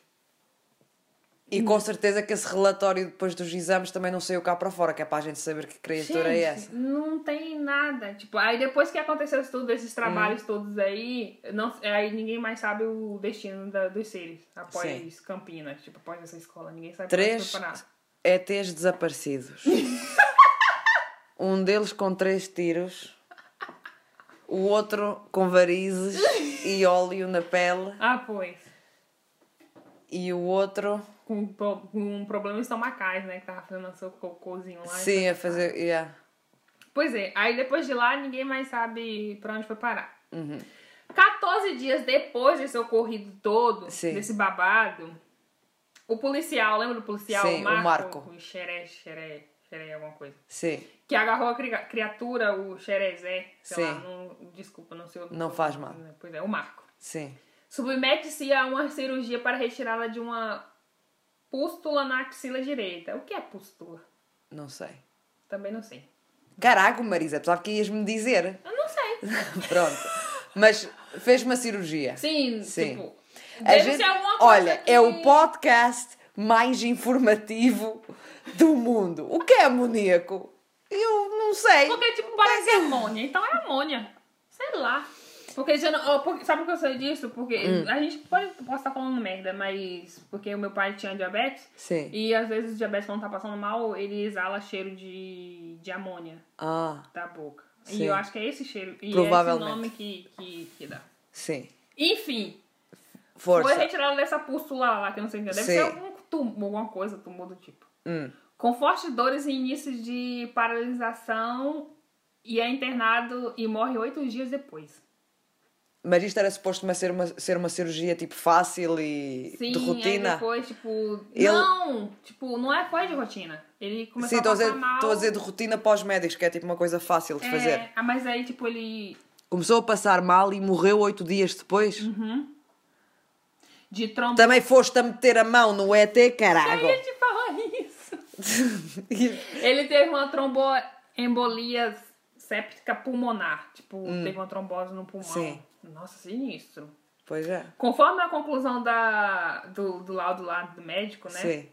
E com certeza que esse relatório depois dos exames também não saiu cá para fora, que é para a gente saber que criatura é essa. Gente, não tem nada. Tipo, aí depois que aconteceu isso tudo, esses Hum. trabalhos todos aí, não, aí ninguém mais sabe o destino da- dos seres após Sim. Campinas, tipo, após essa escola. Ninguém sabe pra onde Três foi parar. ETs desaparecidos. um deles com três tiros. O outro com varizes e óleo na pele. Ah, pois. E o outro, Com, pro- com problemas estomacais, né? Que tava fazendo seu cocôzinho lá. então sim, a fazer. yeah. Pois é, aí depois de lá ninguém mais sabe pra onde foi parar. Uhum. 14 dias depois desse ocorrido todo, Sim. desse babado, o policial, lembra do policial? Sim, o Marco. O xeré, xeré, xeré, alguma coisa. Sim, Que agarrou a cri- criatura, o xerezé, sei Sim. lá, não, desculpa, não sei o Não faz mal. Pois é, o Marco. sim. Submete-se a uma cirurgia para retirá-la de uma pústula na axila direita. O que é pústula? Não sei. Também não sei. Caraca, Marisa, apesar que ias-me dizer. Eu não sei. Pronto. Mas fez uma cirurgia. Sim, Sim. tipo. A Deve gente, ser alguma coisa olha, que- é o podcast mais informativo do mundo. O que é amoníaco? Eu não sei. Porque, tipo, parece amônia. Então é amônia. Sei lá. Porque, já não, ó, porque- sabe por que eu sei disso? Porque Hum. a gente pode, posso estar falando merda, mas... Porque o meu pai tinha diabetes. Sim. E, às vezes, o diabetes, quando tá passando mal, ele exala cheiro de, de amônia Ah, da boca. Sim. E eu acho que é esse cheiro. E é esse Provavelmente. nome que, que, que dá. sim. Enfim, foi Força. retirado dessa pústula lá, que eu não sei o que. é. Deve Sim. ser algum tumor, alguma coisa, tumor do tipo. Hum. Com fortes dores e inícios de paralisação e é internado e morre oito dias depois. Mas isto era suposto uma- ser, uma, ser uma cirurgia tipo fácil e de aí rotina? é, depois, tipo... Ele- Não! Tipo, não é foi de rotina. Ele começou Sim, a estou a, passar dizer, mal. estou a dizer de rotina para os médicos, que é tipo uma coisa fácil de É, fazer. ah, mas aí, tipo, ele... Começou a passar mal e morreu oito dias depois. Uhum. De trombo... Também é foste a meter a mão no ET, Eu caralho. ia te falar isso. Ele teve uma tromboembolia séptica pulmonar. Tipo, teve uma trombose no pulmão. Hum. Sim. Nossa, sinistro. pois é. Conforme a conclusão da, do, do laudo lá do médico, né? Sim.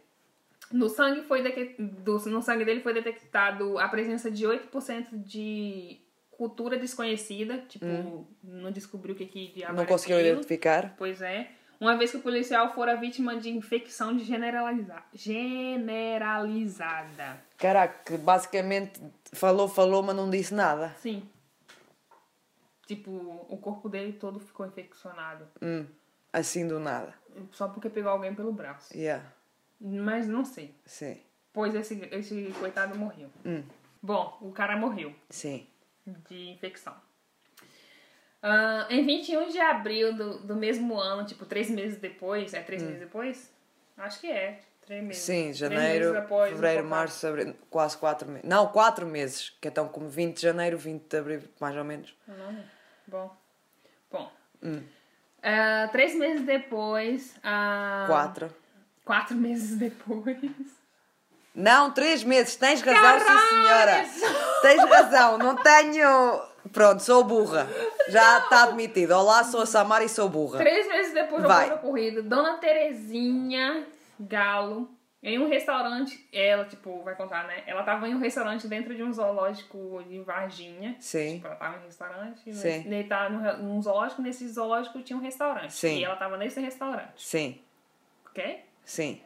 No sangue, foi dete- do- no sangue dele foi detectado a presença de 8% de cultura desconhecida. Tipo, não descobriu o que que diabo Hum. Não era conseguiu aquilo. identificar. Pois é. Uma vez que o policial fora vítima de infecção de generaliza- generalizada. Caraca, que basicamente falou, falou, mas não disse nada. Sim. Tipo, o corpo dele todo ficou infeccionado. Hum, assim do nada. Só porque pegou alguém pelo braço. Yeah, Mas não sei. sim, Pois esse, esse coitado morreu. Hum. Bom, o cara morreu sim. de infecção. Ah, em 21 de abril do, do mesmo ano, tipo, três meses depois, é três meses depois? Acho que é. Três meses. Hum. Sim, Três janeiro, meses após um o fevereiro, contato. março, abril, quase quatro meses. Não, quatro meses, que então como 20 de janeiro, 20 de abril, mais ou menos. Não, É um Bom. Bom. Hum. Ah, três meses depois. ah, Quatro. Quatro meses depois. Não, três meses, tens razão, sim senhora. Caralho! Tens razão, não tenho. Pronto, sou burra. Já está admitido. Olá, sou a Samara e sou burra. Três meses depois do Vai. ocorrido, ocorrido, Dona Terezinha Galo, em um restaurante, ela, tipo, vai contar, né? Ela tava em um restaurante dentro de um zoológico de Varginha. Sim. Tipo, ela tava em um restaurante, Sim. nesse- ele tava num re- num zoológico, nesse zoológico tinha um restaurante. Sim. E ela tava nesse restaurante, Sim, ok? sim.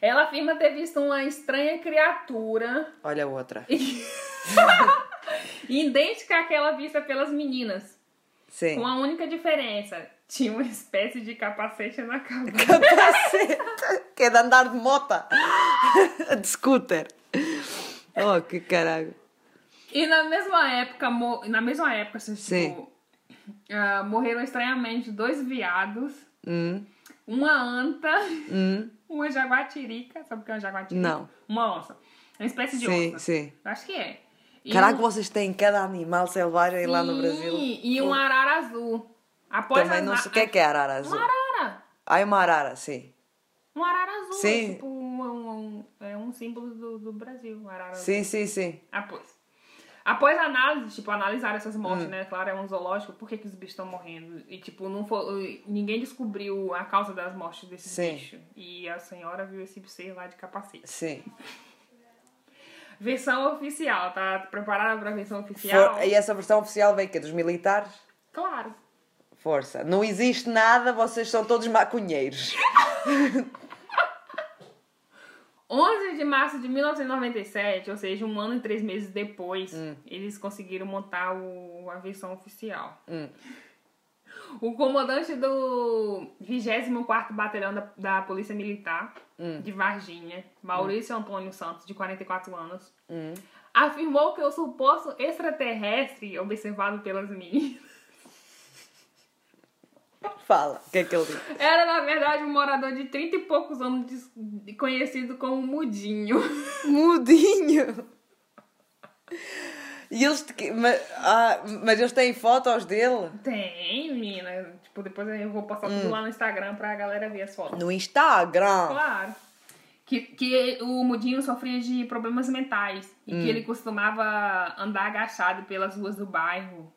Ela afirma ter visto uma estranha criatura Olha a outra. idêntica àquela vista pelas meninas. Sim. Com a única diferença, tinha uma espécie de capacete na cabeça. capacete. que é de andar de mota. de scooter. Oh, que caralho. E na mesma época, mo- na mesma época, assim, Sim. tipo, ah, morreram estranhamente dois viados, Hum, uma anta, hum. uma jaguatirica, sabe o que é uma jaguatirica? Não. Uma onça. É Uma espécie de Sim, onça. sim. Acho que é. E Caraca, um- vocês têm cada animal selvagem lá no Sim, Brasil. E um arara azul. Após Também as não a- sei o que é que é arara Uma azul. arara. Ai, uma arara, sim. Um arara azul. Sim. É tipo um, um- é um símbolo do, do Brasil, um arara azul. Sim, sim, sim. Ah, pois. Após a análise, tipo, analisar essas mortes, Hum. né? Claro, é um zoológico, por que, que os bichos estão morrendo? E, tipo, não foi, ninguém descobriu a causa das mortes desses Sim. bichos. E a senhora viu esse ser lá de capacete. Sim. Versão oficial, tá preparada pra versão oficial? For- e essa versão oficial vem que Dos militares? Claro. Força. Não existe nada, vocês são todos maconheiros. 11 de março de 1997, ou seja, um ano e três meses depois, Hum. eles conseguiram montar o, a versão oficial. Hum. O comandante do 24º Batalhão da, da Polícia Militar Hum. de Varginha, Maurício Antônio Santos, de 44 anos, Hum. afirmou que o suposto extraterrestre observado pelas meninas Fala, o que é que ele diz? era, na verdade, um morador de 30 e poucos anos, de- conhecido como Mudinho. Mudinho! E eles. te- ma- ah, mas eles têm fotos dele? Tem, menina. Tipo, depois eu vou postar tudo lá no Instagram pra galera ver as fotos. No Instagram! Claro. Que, que o Mudinho sofria de problemas mentais. E que ele costumava andar agachado pelas ruas do bairro.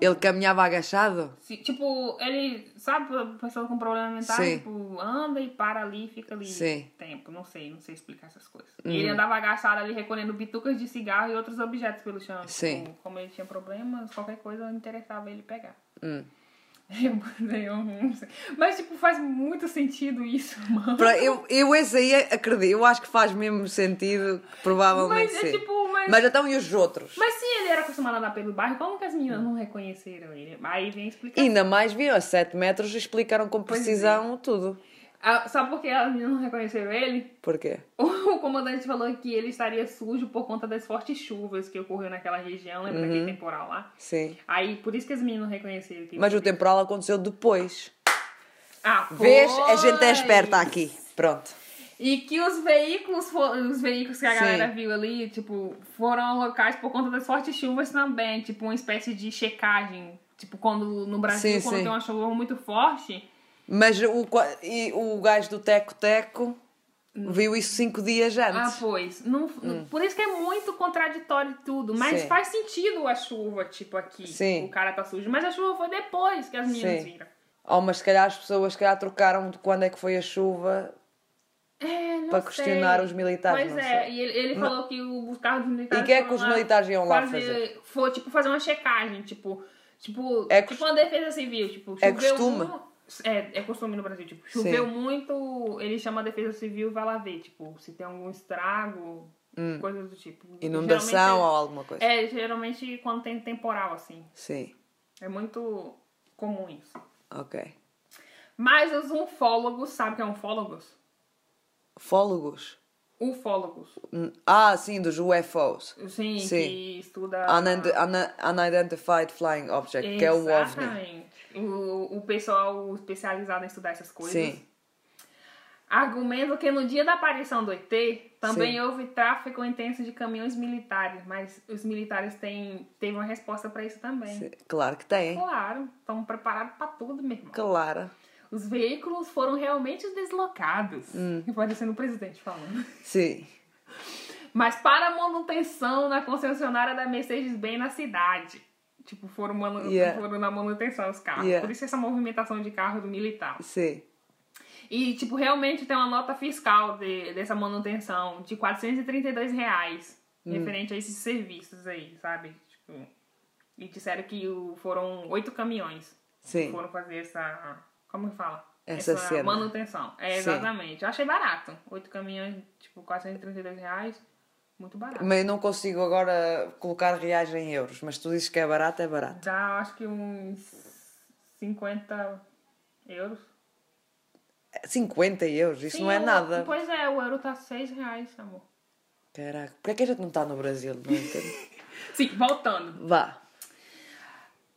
Ele caminhava agachado? Se- tipo, ele... Sabe a pessoa com problema mental? Sim. Tipo, anda e para ali e fica ali. Sim. Uhum. Tempo. Não sei. Não sei explicar essas coisas. Ele andava agachado ali recolhendo bitucas de cigarro e outros objetos pelo chão. Sim. Tipo, como ele tinha problemas, qualquer coisa interessava ele pegar. Hum. Eu mandei um- Mas, tipo, faz muito sentido isso, mano. Pra- Eu, eu esse aí acredito, eu acho que faz mesmo sentido, provavelmente Mas sim. é tipo, mas... mas... Mas então e os outros? se ele era acostumado a andar pelo bairro, como que as meninas não reconheceram ele? Aí vem explicar. Ainda mais viram a 7 metros e explicaram com Pois é. precisão tudo. Ah, sabe por que as meninas não reconheceram ele? Porquê? O comandante falou que ele estaria sujo por conta das fortes chuvas que ocorreu naquela região, lembra Uhum. daquele temporal lá? Sim. Aí, por isso que as meninas não reconheceram. Que... Mas o temporal aconteceu depois. Ah, Vês? A gente é foi! esperta aqui. Pronto. E que os veículos, fo- os veículos que a Sim. galera viu ali, tipo, foram a locais por conta das fortes chuvas também, tipo uma espécie de checagem, tipo quando no Sim, Brasil quando sim. tem uma chuva muito forte, Mas o, qua- e o gajo do Teco Teco viu isso cinco dias ah, antes. Hum. pois, não, por isso que é muito contraditório tudo, mas Sim. faz sentido a chuva, tipo aqui, Sim. o cara tá sujo, mas a chuva foi depois que as meninas Sim. viram. Oh, mas se calhar as pessoas se calhar, trocaram de quando é que foi a chuva É, não para sei. questionar os militares. Pois não é, sei. e ele, ele falou que o, os carros dos militares. E que é que foram os lá militares iam lá fazer? Foi tipo fazer uma checagem, tipo. Tipo, É tipo uma defesa civil. Tipo, É choveu costume? mu- É, é costume no Brasil. Tipo, choveu muito, ele chama a defesa civil e vai lá ver, tipo, se tem algum estrago, coisas do tipo. Hum. Inundação ou Geralmente- alguma coisa. É, geralmente quando tem temporal, assim. Sim. É muito comum isso. Ok. Mas os ufólogos, sabe o que é ufólogos? Fólogos. Ufólogos. Hum, Ah, sim, dos UFOs. Sim, Sim. que estuda. Unid- un- Unidentified Flying Object, que é o OVNI. Exatamente. O, o pessoal especializado em estudar essas coisas. Sim. Argumenta que no dia da aparição do ET também Sim. houve tráfego intenso de caminhões militares, mas os militares têm, teve uma resposta pra isso também. Sim, Claro que tem. Claro, estão preparados pra tudo, meu irmão. Claro. Os veículos foram realmente deslocados. Hum. Pode ser no presidente falando. Sim. Mas para manutenção na concessionária da Mercedes-Benz na cidade. Tipo, foram, manu- Yeah. foram na manutenção os carros. Yeah. Por isso essa movimentação de carro do militar. Sim. E, tipo, realmente tem uma nota fiscal de- dessa manutenção de 432 reais. Hum. Referente a esses serviços aí, sabe? Tipo, e disseram que o- foram oito caminhões que Sim. foram fazer essa... Como que fala? Essa cena. manutenção. É, Sim. exatamente. Eu achei barato. Oito caminhões, tipo, 432 reais. Muito barato. Mas eu não consigo agora colocar reais em euros, mas tu dizes que é barato, é barato. Dá, acho que uns 50 euros. É 50 euros, isso Sim, não é o- nada. Pois é, o euro tá 6 reais, amor. Caraca, porquê é que a gente não está no Brasil? Não entendo. Sim, voltando. Vá.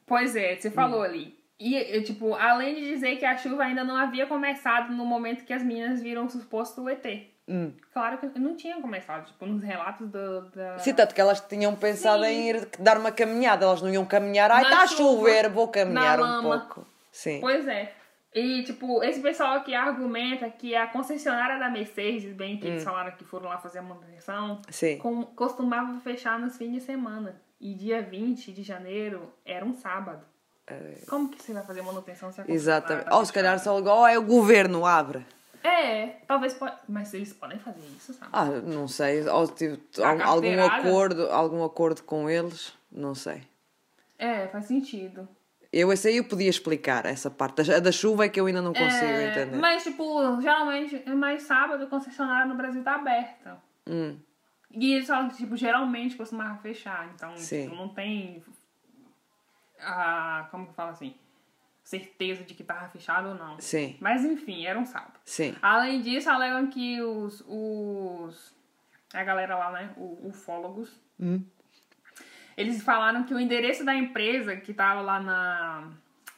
Pois é, Hum. você falou ali. E, e, tipo, além de dizer que a chuva ainda não havia começado no momento que as meninas viram o suposto ET. Hum. Claro que não tinha começado, tipo, nos relatos do, da... Sim, tanto que elas tinham pensado Sim. em ir dar uma caminhada, elas não iam caminhar. Ai, Na está a chuva, chover, vou caminhar na um lama. pouco. Sim. Pois é. E, tipo, esse pessoal aqui argumenta que a concessionária da Mercedes, bem que eles falaram que foram lá fazer a manutenção, Hum. Sim. com- costumava fechar nos fins de semana. E dia 20 de janeiro era um sábado. Como que você vai fazer manutenção se a concessionária eh, Exatamente. tá Ou se calhar só igual é o governo abre. fechada? É, talvez pode. Mas eles podem fazer isso, sabe? Ah, não sei. Ou tive A al- algum carteirada? acordo, algum acordo com eles, não sei. É, faz sentido. Eu essa aí eu podia explicar essa parte. A da chuva é que eu ainda não consigo É, entender. Mas, tipo, geralmente, mas sábado o concessionário no Brasil tá aberta. Hum, E eles falam que, tipo, geralmente costumava fechar. Então, Sim. tipo, não tem. A, como que fala assim? Certeza de que tava fechado ou não. sim, Mas enfim, era um sábado. sim. Além disso, alegam que os. os a galera lá, né? O, ufólogos. Hum. Eles falaram que o endereço da empresa que tava lá na,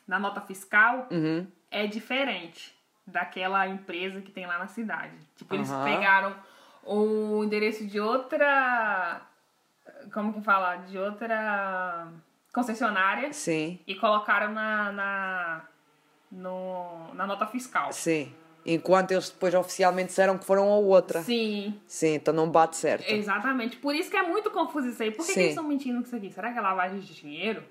na nota fiscal Uhum. é diferente daquela empresa que tem lá na cidade. Tipo, eles Aham. pegaram o endereço de outra. Como que fala? De outra concessionária Sim, e colocaram na. na, no- na nota fiscal. sim. Enquanto eles depois oficialmente disseram que foram a outra. Sim, Sim, então não bate certo. exatamente. Por isso que é muito confuso isso aí. Por que, que Sim. eles estão mentindo com isso aqui? Será que é lavagem de dinheiro?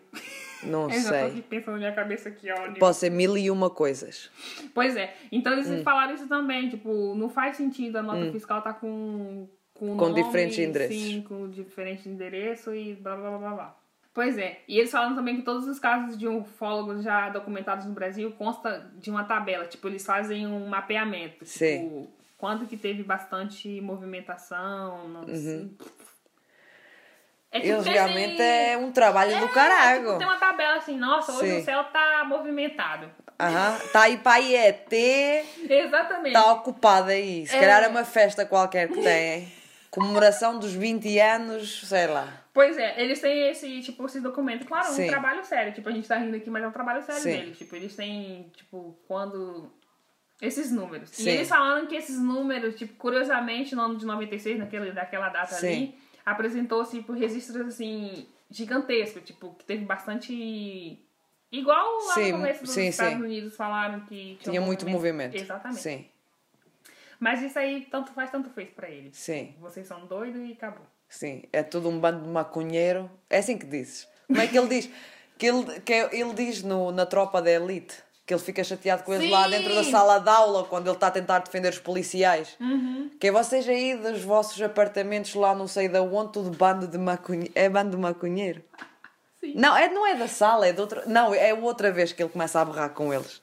Não Eu já tô aqui sei. pensando na minha cabeça aqui, ó. nível- Pode ser mil e uma coisas. Pois é. Então eles Hum. falaram isso também, tipo, não faz sentido a nota fiscal tá com com, Com nome, diferente endereço. Sim, com diferente endereço e blá blá blá blá. blá. Pois é. E eles falaram também que todos os casos de ufólogos já documentados no Brasil consta de uma tabela, tipo, eles fazem um mapeamento, Sim. tipo, quando que teve bastante movimentação, não sei. É tipo Uhum. Eles esse- realmente é um trabalho do Tipo, carago. tem uma tabela assim, nossa, hoje Sim. o céu tá movimentado. Aham. Tá aí para aí é T. Exatamente. Está ocupada aí. Se É. calhar é uma festa qualquer que tem. Comemoração dos 20 anos, sei lá. Pois é, eles têm esse, tipo, esse documento. Claro, é um Sim. trabalho sério. Tipo, a gente tá rindo aqui, mas é um trabalho sério Sim. deles. Tipo, eles têm, tipo, quando... Esses números. E Sim. eles falaram que esses números, tipo, curiosamente, no ano de 96, naquele, daquela data Sim. ali, apresentou-se, tipo, registros, assim, gigantescos. Tipo, que teve bastante... Igual lá Sim, no começo dos sim, Estados sim. Unidos falaram que... Tinha muito movimento. Então Exatamente. Sim, Mas isso aí, tanto faz, tanto fez pra eles. sim, Vocês são doidos e acabou. sim. É tudo um bando de maconheiro. É assim que dizes. Como é que ele diz? Que ele, que é, ele diz no, na tropa da elite que ele fica chateado com eles Sim. lá dentro da sala de aula quando ele está a tentar defender os policiais. Que é vocês aí dos vossos apartamentos lá não sei da onde, tudo bando de maconheiro. É bando de maconheiro. Sim. Não, é, não é da sala, é de outra. Não, é outra vez que ele começa a berrar com eles.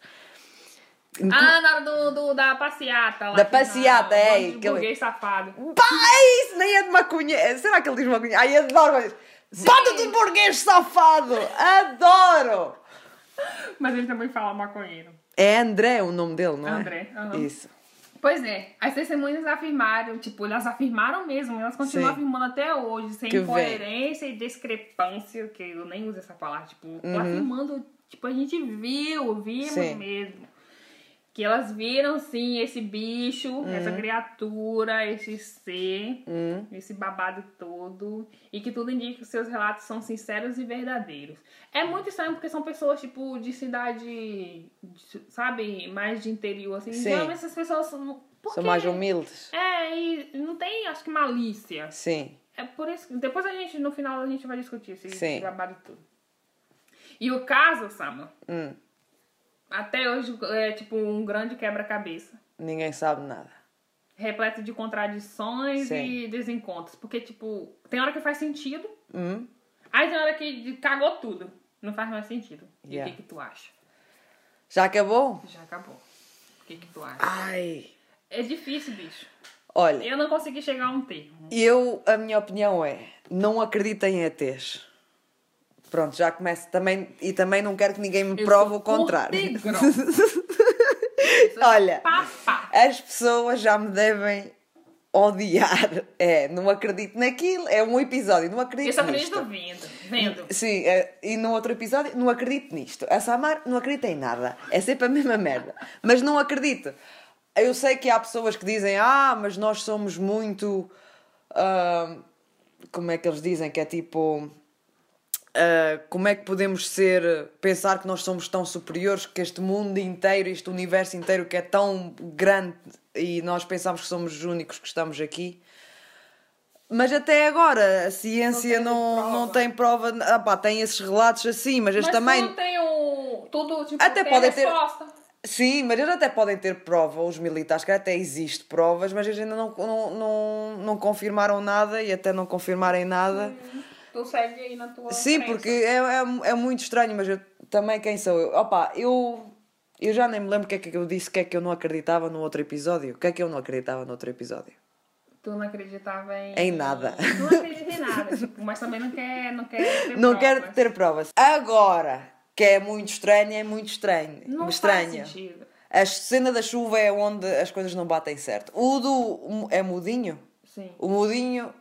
Ah, na hora do, do- da passeata. Lá, Da que passeata, tá, um é, monte de que eu- burguês safado. Pai, isso nem é de maconha. Será que ele diz maconha? Ai, adoro isso. Bando de burguês safado! Adoro! Mas ele também fala maconheiro. É André o nome dele, não é? André, aham. Isso. Pois é, as testemunhas afirmaram, tipo, elas afirmaram mesmo, elas continuam Sim. afirmando até hoje, sem Que vem. incoerência e discrepância, que eu nem uso essa palavra, tipo, afirmando, tipo, a gente viu, vimos Uhum. Sim. mesmo. Que elas viram sim esse bicho, Uhum. essa criatura, esse ser, Hum. esse babado todo, e que tudo indica que seus relatos são sinceros e verdadeiros. É muito estranho porque são pessoas, tipo, de cidade, de- sabe, mais de interior, assim. Sim. Geralmente essas pessoas são. Por São quê? mais um- humildes. É, e não tem, acho que, malícia. Sim, É por isso que. Depois a gente, no final, a gente vai discutir esse Sim. babado todo. E o caso, Sama, Hum. até hoje é tipo um grande quebra-cabeça. ninguém sabe nada. Repleto de contradições Sim. e desencontros. Porque, tipo, tem hora que faz sentido, Hum? aí tem hora que cagou tudo. Não faz mais sentido. E o Yeah. que, que tu acha? Já acabou? Já acabou. O que, que tu acha? Ai. É difícil, bicho. Olha, Eu não consegui chegar a um termo. Eu, a minha opinião é, não acredito em ETs. Pronto, já começo também, e também não quero que ninguém me Eu prove sou o contrário. curta e grossa. Olha, Papá. as pessoas já me devem odiar. É, não acredito naquilo, é um episódio, não acredito Eu só nisto. acredito vendo. Vendo. Sim, é, e no outro episódio, não acredito nisto. A Samar não acredita em nada. É sempre a mesma merda. Mas não acredito. Eu sei que há pessoas que dizem, ah, mas nós somos muito. ah, como é que eles dizem? Que é tipo. ah, como é que podemos ser. pensar que nós somos tão superiores que este mundo inteiro, este universo inteiro que é tão grande e nós pensamos que somos os únicos que estamos aqui. Mas até agora a ciência Não teve não, prova. não tem prova. Ah, pá, tem esses relatos assim, mas eles Mas também. tudo tem um. Tudo, tipo, Até tem podem ter- resposta. Sim, mas eles até podem ter prova, os militares, que até existe provas, mas eles ainda não, não, não, não confirmaram nada e até não confirmarem nada. Tu segue aí na tua. Sim, crença. porque é, é, é muito estranho, mas eu também quem sou eu? Opa, eu, eu já nem me lembro o que é que eu disse, o que é que eu não acreditava no outro episódio. O que é que eu não acreditava no outro episódio? Tu não acreditava em. Em nada. Tu não acredita em nada, tipo, mas também não quer. Não quer ter Não provas. quero ter provas. Agora, que é muito estranho, é muito estranho. Não faz estranho. sentido. A cena da chuva é onde as coisas não batem certo. O do. É mudinho? Sim. O mudinho.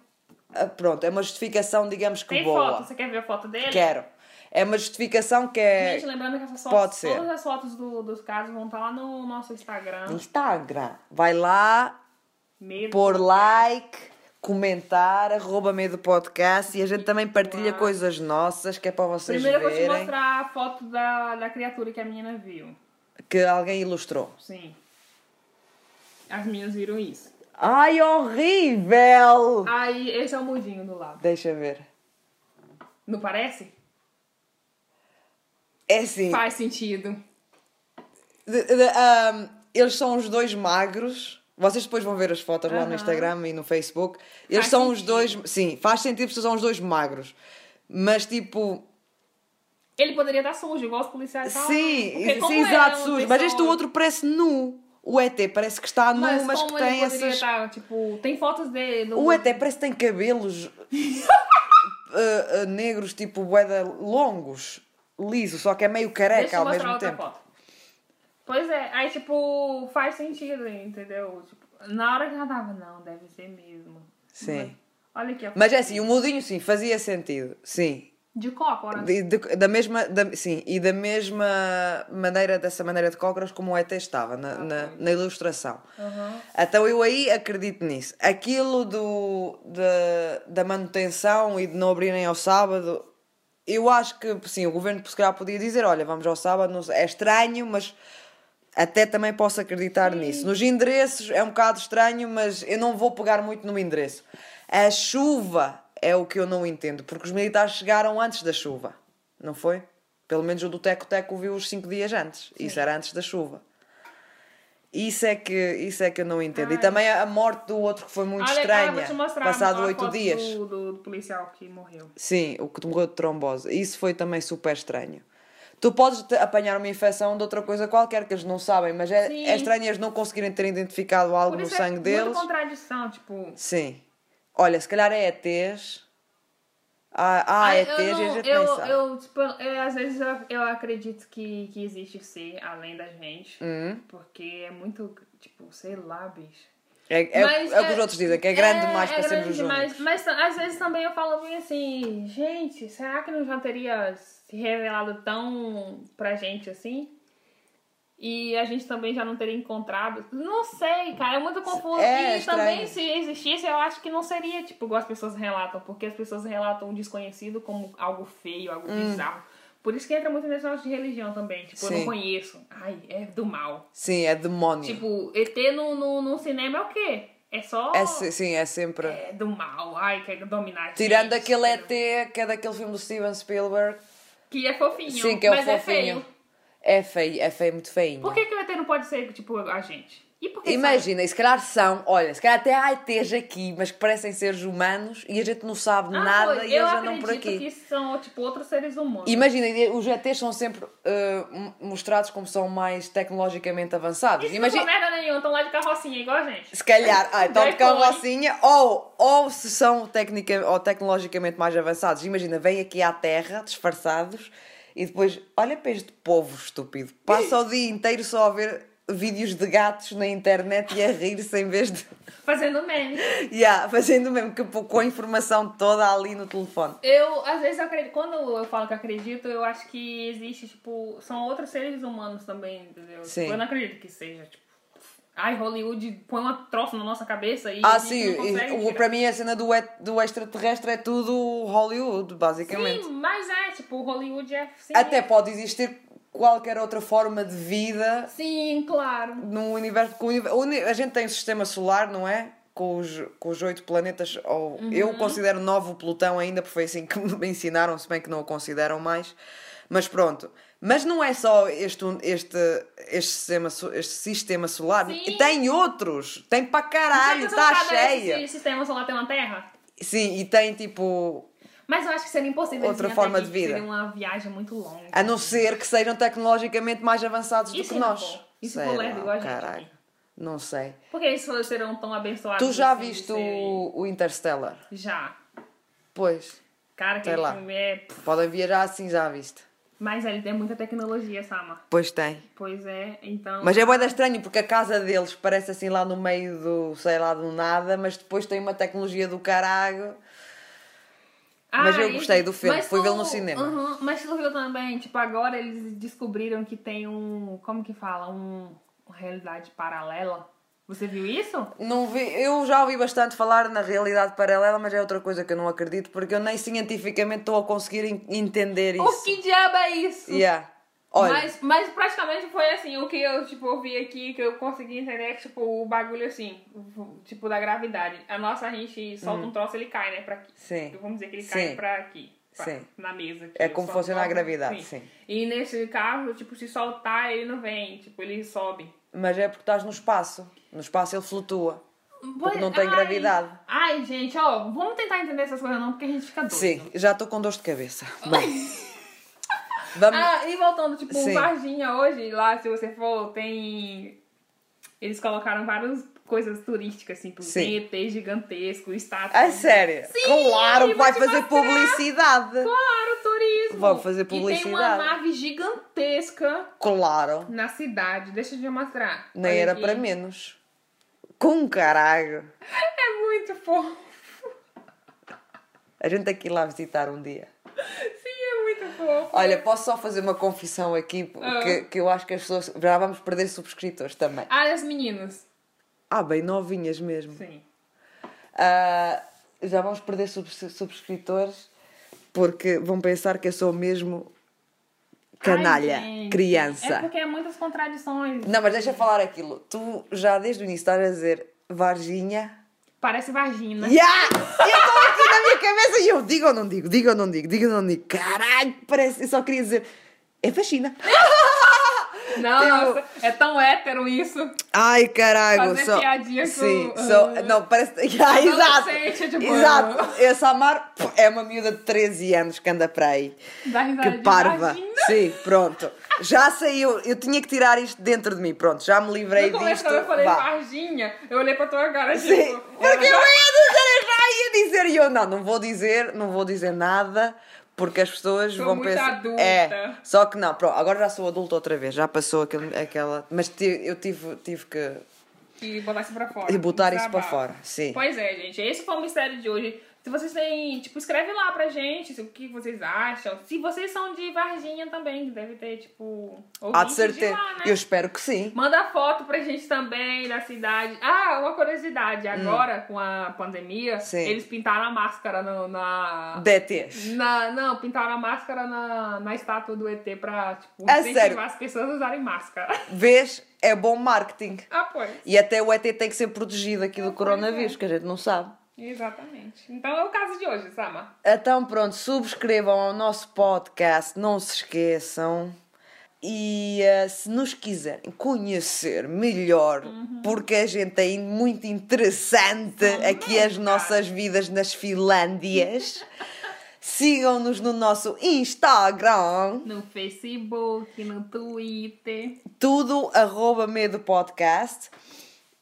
ah, Pronto, é uma justificação, digamos que Tem boa. foto, você quer ver a foto dele? Quero. É uma justificação que é. Gente, lembrando que essas Pode fotos, ser. todas as fotos do- dos casos vão estar lá no nosso Instagram. Instagram. Vai lá, Medo. pôr like, comentar, arroba meio do podcast e a gente também partilha coisas nossas que é para vocês Primeiro eu vou te verem mostrar a foto da, da criatura que a menina viu. que alguém ilustrou. Sim. As meninas viram isso. Ai, horrível! Aí, esse é o mudinho do lado. Deixa ver. Não parece? É assim, Faz sentido. de- de- ahm, eles são os dois magros. Vocês depois vão ver as fotos lá no Aham. Instagram e no Facebook. Eles Faz são os sentido. dois. Sim, faz sentido porque são os dois magros. Mas tipo, Ele poderia estar sujo, igual os policiais estavam. Sim, Porque como sim ele é exato, uma sujo. Mas este pessoa- outro parece nu. O ET parece que está nu, mas, Mas, como que ele tem poderia essas. estar, tipo, tem fotos dele. O ET parece que tem cabelos uh, uh, negros, tipo boeda longos, liso, só que é meio careca Deixa eu ao mostrar mesmo outra tempo. foto. Pois é, aí tipo, faz sentido, entendeu? Tipo, na hora que ela tava, não, deve ser mesmo. Sim. Mas, olha aqui a foto. Mas é assim, o mudinho sim, fazia sentido. Sim. De copo, olha. De- de- da mesma, da- sim, e da mesma maneira, dessa maneira de cócoras como o ET estava na, na- na ilustração. Aham. Então eu aí acredito nisso. Aquilo do, da- da manutenção e de não abrirem ao sábado, eu acho que sim, o governo se calhar podia dizer, olha, vamos ao sábado, não sei, é estranho, mas até também posso acreditar nisso. Nos endereços é um bocado estranho, mas eu não vou pegar muito no endereço. A chuva é o que eu não entendo, porque os militares chegaram antes da chuva, não foi? Pelo menos o do Teco Teco viu os cinco dias antes. Isso era antes da chuva. Isso é que, isso é que eu não entendo. E Ai. também a a morte do outro que foi muito Olha, ah, vou estranha. te mostrar passado a oito foto dias. Do, do, do policial que morreu. Sim, o que morreu de trombose. Isso foi também super estranho. Tu podes te apanhar uma infecção de outra coisa qualquer que eles não sabem, mas é, Sim. é estranho eles não conseguirem ter identificado algo Por no isso sangue é deles. muita contradição, tipo. Sim. Olha, se calhar é ETs. Ah, ah Ai, ETs e a não- gente eu, nem sabe. eu, tipo, eu- às vezes eu, eu acredito que, que existe o ser além da gente. Hum. Porque é muito, tipo, sei lá, bicho. É, é, Mas, é o que os outros dizem, que é grande demais para sermos os demais. únicos. Mas às vezes também eu falo bem assim, gente, será que não já teria se revelado tão pra gente assim? E a gente também já não teria encontrado. Não sei, cara, é muito confuso. É, e estranho. também se existisse, eu acho que não seria, tipo, igual as pessoas relatam, porque as pessoas relatam o desconhecido como algo feio, algo bizarro. Por isso que entra muito nesse negócio de religião também. Tipo, eu Hum. Sim. não conheço. Ai, é do mal. Sim, é demónio. Tipo, ET no, no, no cinema é o quê? É só. É se- sim, é sempre. É do mal, ai, quer dominar. a gente, Tirando aquele entendeu? ET, que é daquele filme do Steven Spielberg. Que é fofinho. Sim, que é o mas fofinho. É feio. É feio, é feio, muito feinho. Por que, que o ET não pode ser, tipo, a gente? E por que Imagina, e se calhar são, olha, se calhar até há ETs aqui, mas que parecem seres humanos e a gente não sabe são- Ah, nada pois, e eu eles andam acredito por aqui. que são, tipo, outros seres humanos. Imagina, e os ETs são sempre eh, m- mostrados como são mais tecnologicamente avançados. Isso não Imagina, são merda nenhuma, estão lá de carrocinha, igual a gente. se calhar, ah, então de Dois clones. carrocinha, ou, ou se são técnica, ou tecnologicamente mais avançados. Imagina, vêm aqui à Terra disfarçados e depois, olha para este povo estúpido, passa o dia inteiro só a ver vídeos de gatos na internet e a rir-se em vez de. Fazendo meme. Yeah, fazendo o mesmo que pô- com a informação toda ali no telefone. Eu, às vezes, eu acredito. Quando eu falo que acredito, eu acho que existe, tipo, são outros seres humanos também, entendeu? Sim. Tipo, eu não acredito que seja, tipo. Ai, Hollywood põe uma trofa na nossa cabeça e. Ah, a gente sim, não consegue e- o, tirar. para mim a cena do, et- do extraterrestre é tudo Hollywood, basicamente. Sim, mas é, tipo, Hollywood é. Sim, Até pode existir qualquer outra forma de vida Sim, claro. no universo. porque o uni- o uni- A gente tem o sistema solar, não é? com os, com os oito planetas, ou Uhum. eu considero novo o Plutão ainda, porque foi assim que me ensinaram, se bem que não o consideram mais, mas pronto. Mas não é só este, un- este, este, sistema, so- este sistema solar, Sim. tem outros, tem para caralho, Gente, eu está não sabia cheia. Se o sistema solar tem uma terra? Sim, e tem tipo. Mas eu acho que seria impossível. eles Outra virem até forma aqui, de que vida. Seria uma viagem muito longa. A não ser que sejam tecnologicamente mais avançados E do se que não nós. for? E se Sei for lerdo lá, igual a gente? caralho. Não sei. Porque eles só serão tão abençoados. Tu já assim, de viste serem- o, o Interstellar? Já. Pois. Cara, Sei aquele lá. filme é. Podem viajar assim, já viste. Mas ele tem muita tecnologia, Sama. Pois tem. Pois é, então. Mas é boeda estranho porque a casa deles parece assim lá no meio do, sei lá, do nada, mas depois tem uma tecnologia do caralho. mas eu e- gostei do filme, Mas fui tu- vê-lo no cinema. Aham, Mas tu viu também, tipo, agora eles descobriram que tem um. Como que fala? Um. Uma realidade paralela. Você viu isso? Não vi, eu já ouvi bastante falar na realidade paralela, mas é outra coisa que eu não acredito porque eu nem cientificamente estou a conseguir en- entender O isso. que diabo é isso? Yeah. Olha, Mas, mas praticamente foi assim, o que eu, tipo, ouvi aqui, que eu consegui entender, que, tipo, o bagulho, assim, o- tipo, da gravidade. A nossa, a gente solta um troço, ele cai, né, pra aqui. Hum. Sim. Vamos dizer que ele cai Sim. pra aqui. pra- Sim. Na mesa. aqui. É Eu como solto funciona a algo, gravidade, sim. E nesse caso, tipo, se soltar, ele não vem, tipo, ele sobe. mas é porque estás no espaço. No espaço ele flutua. Pois- não tá tem ai, gravidade. Ai, gente, ó, vamos tentar entender essas coisas não, porque a gente fica doido. Sim, já estou com dor de cabeça. Bem, vamos. Ah, e voltando, tipo, Sim. Varginha hoje, lá, se você for, tem. Eles colocaram várias coisas turísticas, assim, tipo, Sim. tem ET gigantesco, estátua. A sério? Sim, claro, vou vai te fazer mostrar. publicidade. Claro, turismo! Vamos fazer E tem uma publicidade. nave gigantesca Claro. na cidade, deixa eu te mostrar. Nem Olha era aqui. para menos. Com caralho. É muito fofo. A gente tem que ir lá visitar um dia. Sim, é muito fofo. Olha, posso só fazer uma confissão aqui, que, que eu acho que as pessoas. Já vamos perder subscritores também. Ah, as meninas. Ah, bem novinhas mesmo. Sim. Ah, já vamos perder subs- subscritores porque vão pensar que eu sou mesmo canalha, Ai, gente, criança. É porque é muitas contradições. Não, mas deixa eu falar aquilo. Tu já desde o início estás a dizer Varginha. Parece vagina. Yeah! Eu estou aqui na minha cabeça e eu digo ou não digo, digo ou não digo, digo ou não digo. Caralho, parece. Eu só queria dizer. É faxina. Não, Tem o- nossa, é tão hétero isso. Ai, caralho. Fazer só- piadinha com- Sim, ah. só. Não, parece. Ah, exato. Adolescente, tipo, Exato. Essa Amar pô, é uma miúda de 13 anos que anda para aí. Dá risada Que de parva. vagina. Sim, pronto. Já saiu. Eu tinha que tirar isto dentro de mim. Pronto, já me livrei No começo, disto. quando eu falei Vá. Varginha, eu olhei pra tua cara, Sim, tipo... porque eu ia dizer, eu já ia dizer e eu não, não vou dizer, não vou dizer nada, porque as pessoas Sou vão muito pensar. adulta. É, só que não, pronto, agora já sou adulta outra vez, já passou aquele, aquela. Mas ti- eu tive, tive que E botar isso pra fora. E botar isso Desabafo. pra fora, sim. Pois é, gente. Esse foi o mistério de hoje. Se vocês têm... Tipo, escreve lá pra gente se- o que vocês acham. Se vocês são de Varginha também, que deve ter, tipo... há ouvinte Ah, de certeza. lá, né? Eu espero que sim. Manda foto pra gente também da cidade. Ah, uma curiosidade. Agora, com a pandemia, Hum. Sim. eles pintaram a máscara no- na... DTs. Na, não, pintaram a máscara na, na estátua do ET pra, tipo, É incentivar sério? as pessoas a usarem máscara. Vês? É bom marketing. Ah, pois. E até o ET tem que ser protegido aqui do é. coronavírus, que a gente não sabe. Exatamente. Então é o caso de hoje, Sama. Então pronto, subscrevam ao nosso podcast, não se esqueçam. E eh, se nos quiserem conhecer melhor, porque a gente tem muito interessante aqui as nossas vidas nas Finlândias, sigam-nos no nosso Instagram, No Facebook, no Twitter. tudo arroba medo podcast.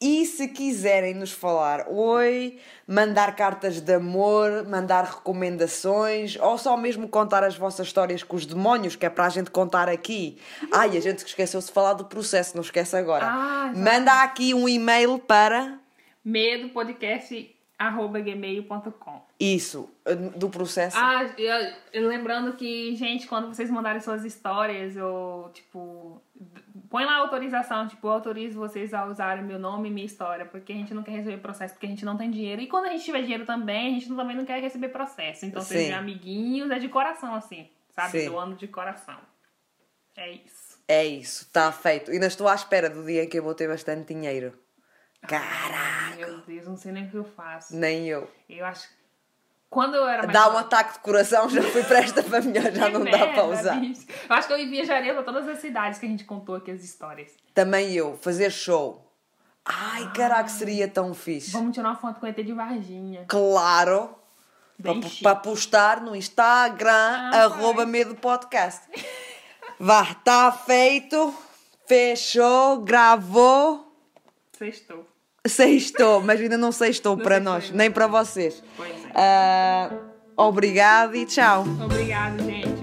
E se quiserem nos falar oi, mandar cartas de amor, mandar recomendações ou só mesmo contar as vossas histórias com os demónios, que é para a gente contar aqui. Ai, a gente que esqueceu-se de falar do processo, não esquece agora. Ah, já. Manda aqui um e-mail para medopodcast.gmail.com isso, do processo. Ah, eu- eu lembrando que, gente, quando vocês mandarem suas histórias, eu, tipo, d- põe lá a autorização, tipo, eu autorizo vocês a usarem meu nome e minha história, porque a gente não quer receber processo, porque a gente não tem dinheiro. E quando a gente tiver dinheiro também, a gente também não quer receber processo. Então, Sim. sejam amiguinhos, é de coração, assim, sabe? Sim. Do ano de coração. É isso. tá É isso, está feito. Ainda estou à espera do dia em que eu vou ter bastante dinheiro. Caraca! Meu Deus, não sei nem o que eu faço. Nem eu. Eu acho. Quando eu era mais. Dá um ataque de coração, já fui para esta família, já Que não dá merda, para usar. bicho. Eu acho que eu viajaria pra todas as cidades que a gente contou aqui as histórias. Também eu, fazer show. Ai, caraca, seria tão fixe. Ah. Vamos tirar uma foto com o ET de Varginha. Claro. Bem Para chique. para postar no Instagram, Ah, arroba medo podcast. Vá, está feito. Fechou, gravou. Sextou. Sextou, mas ainda não sextou Não para sextou nós, ainda. nem para vocês. Pois é. Ah, obrigado e tchau. Obrigada, gente.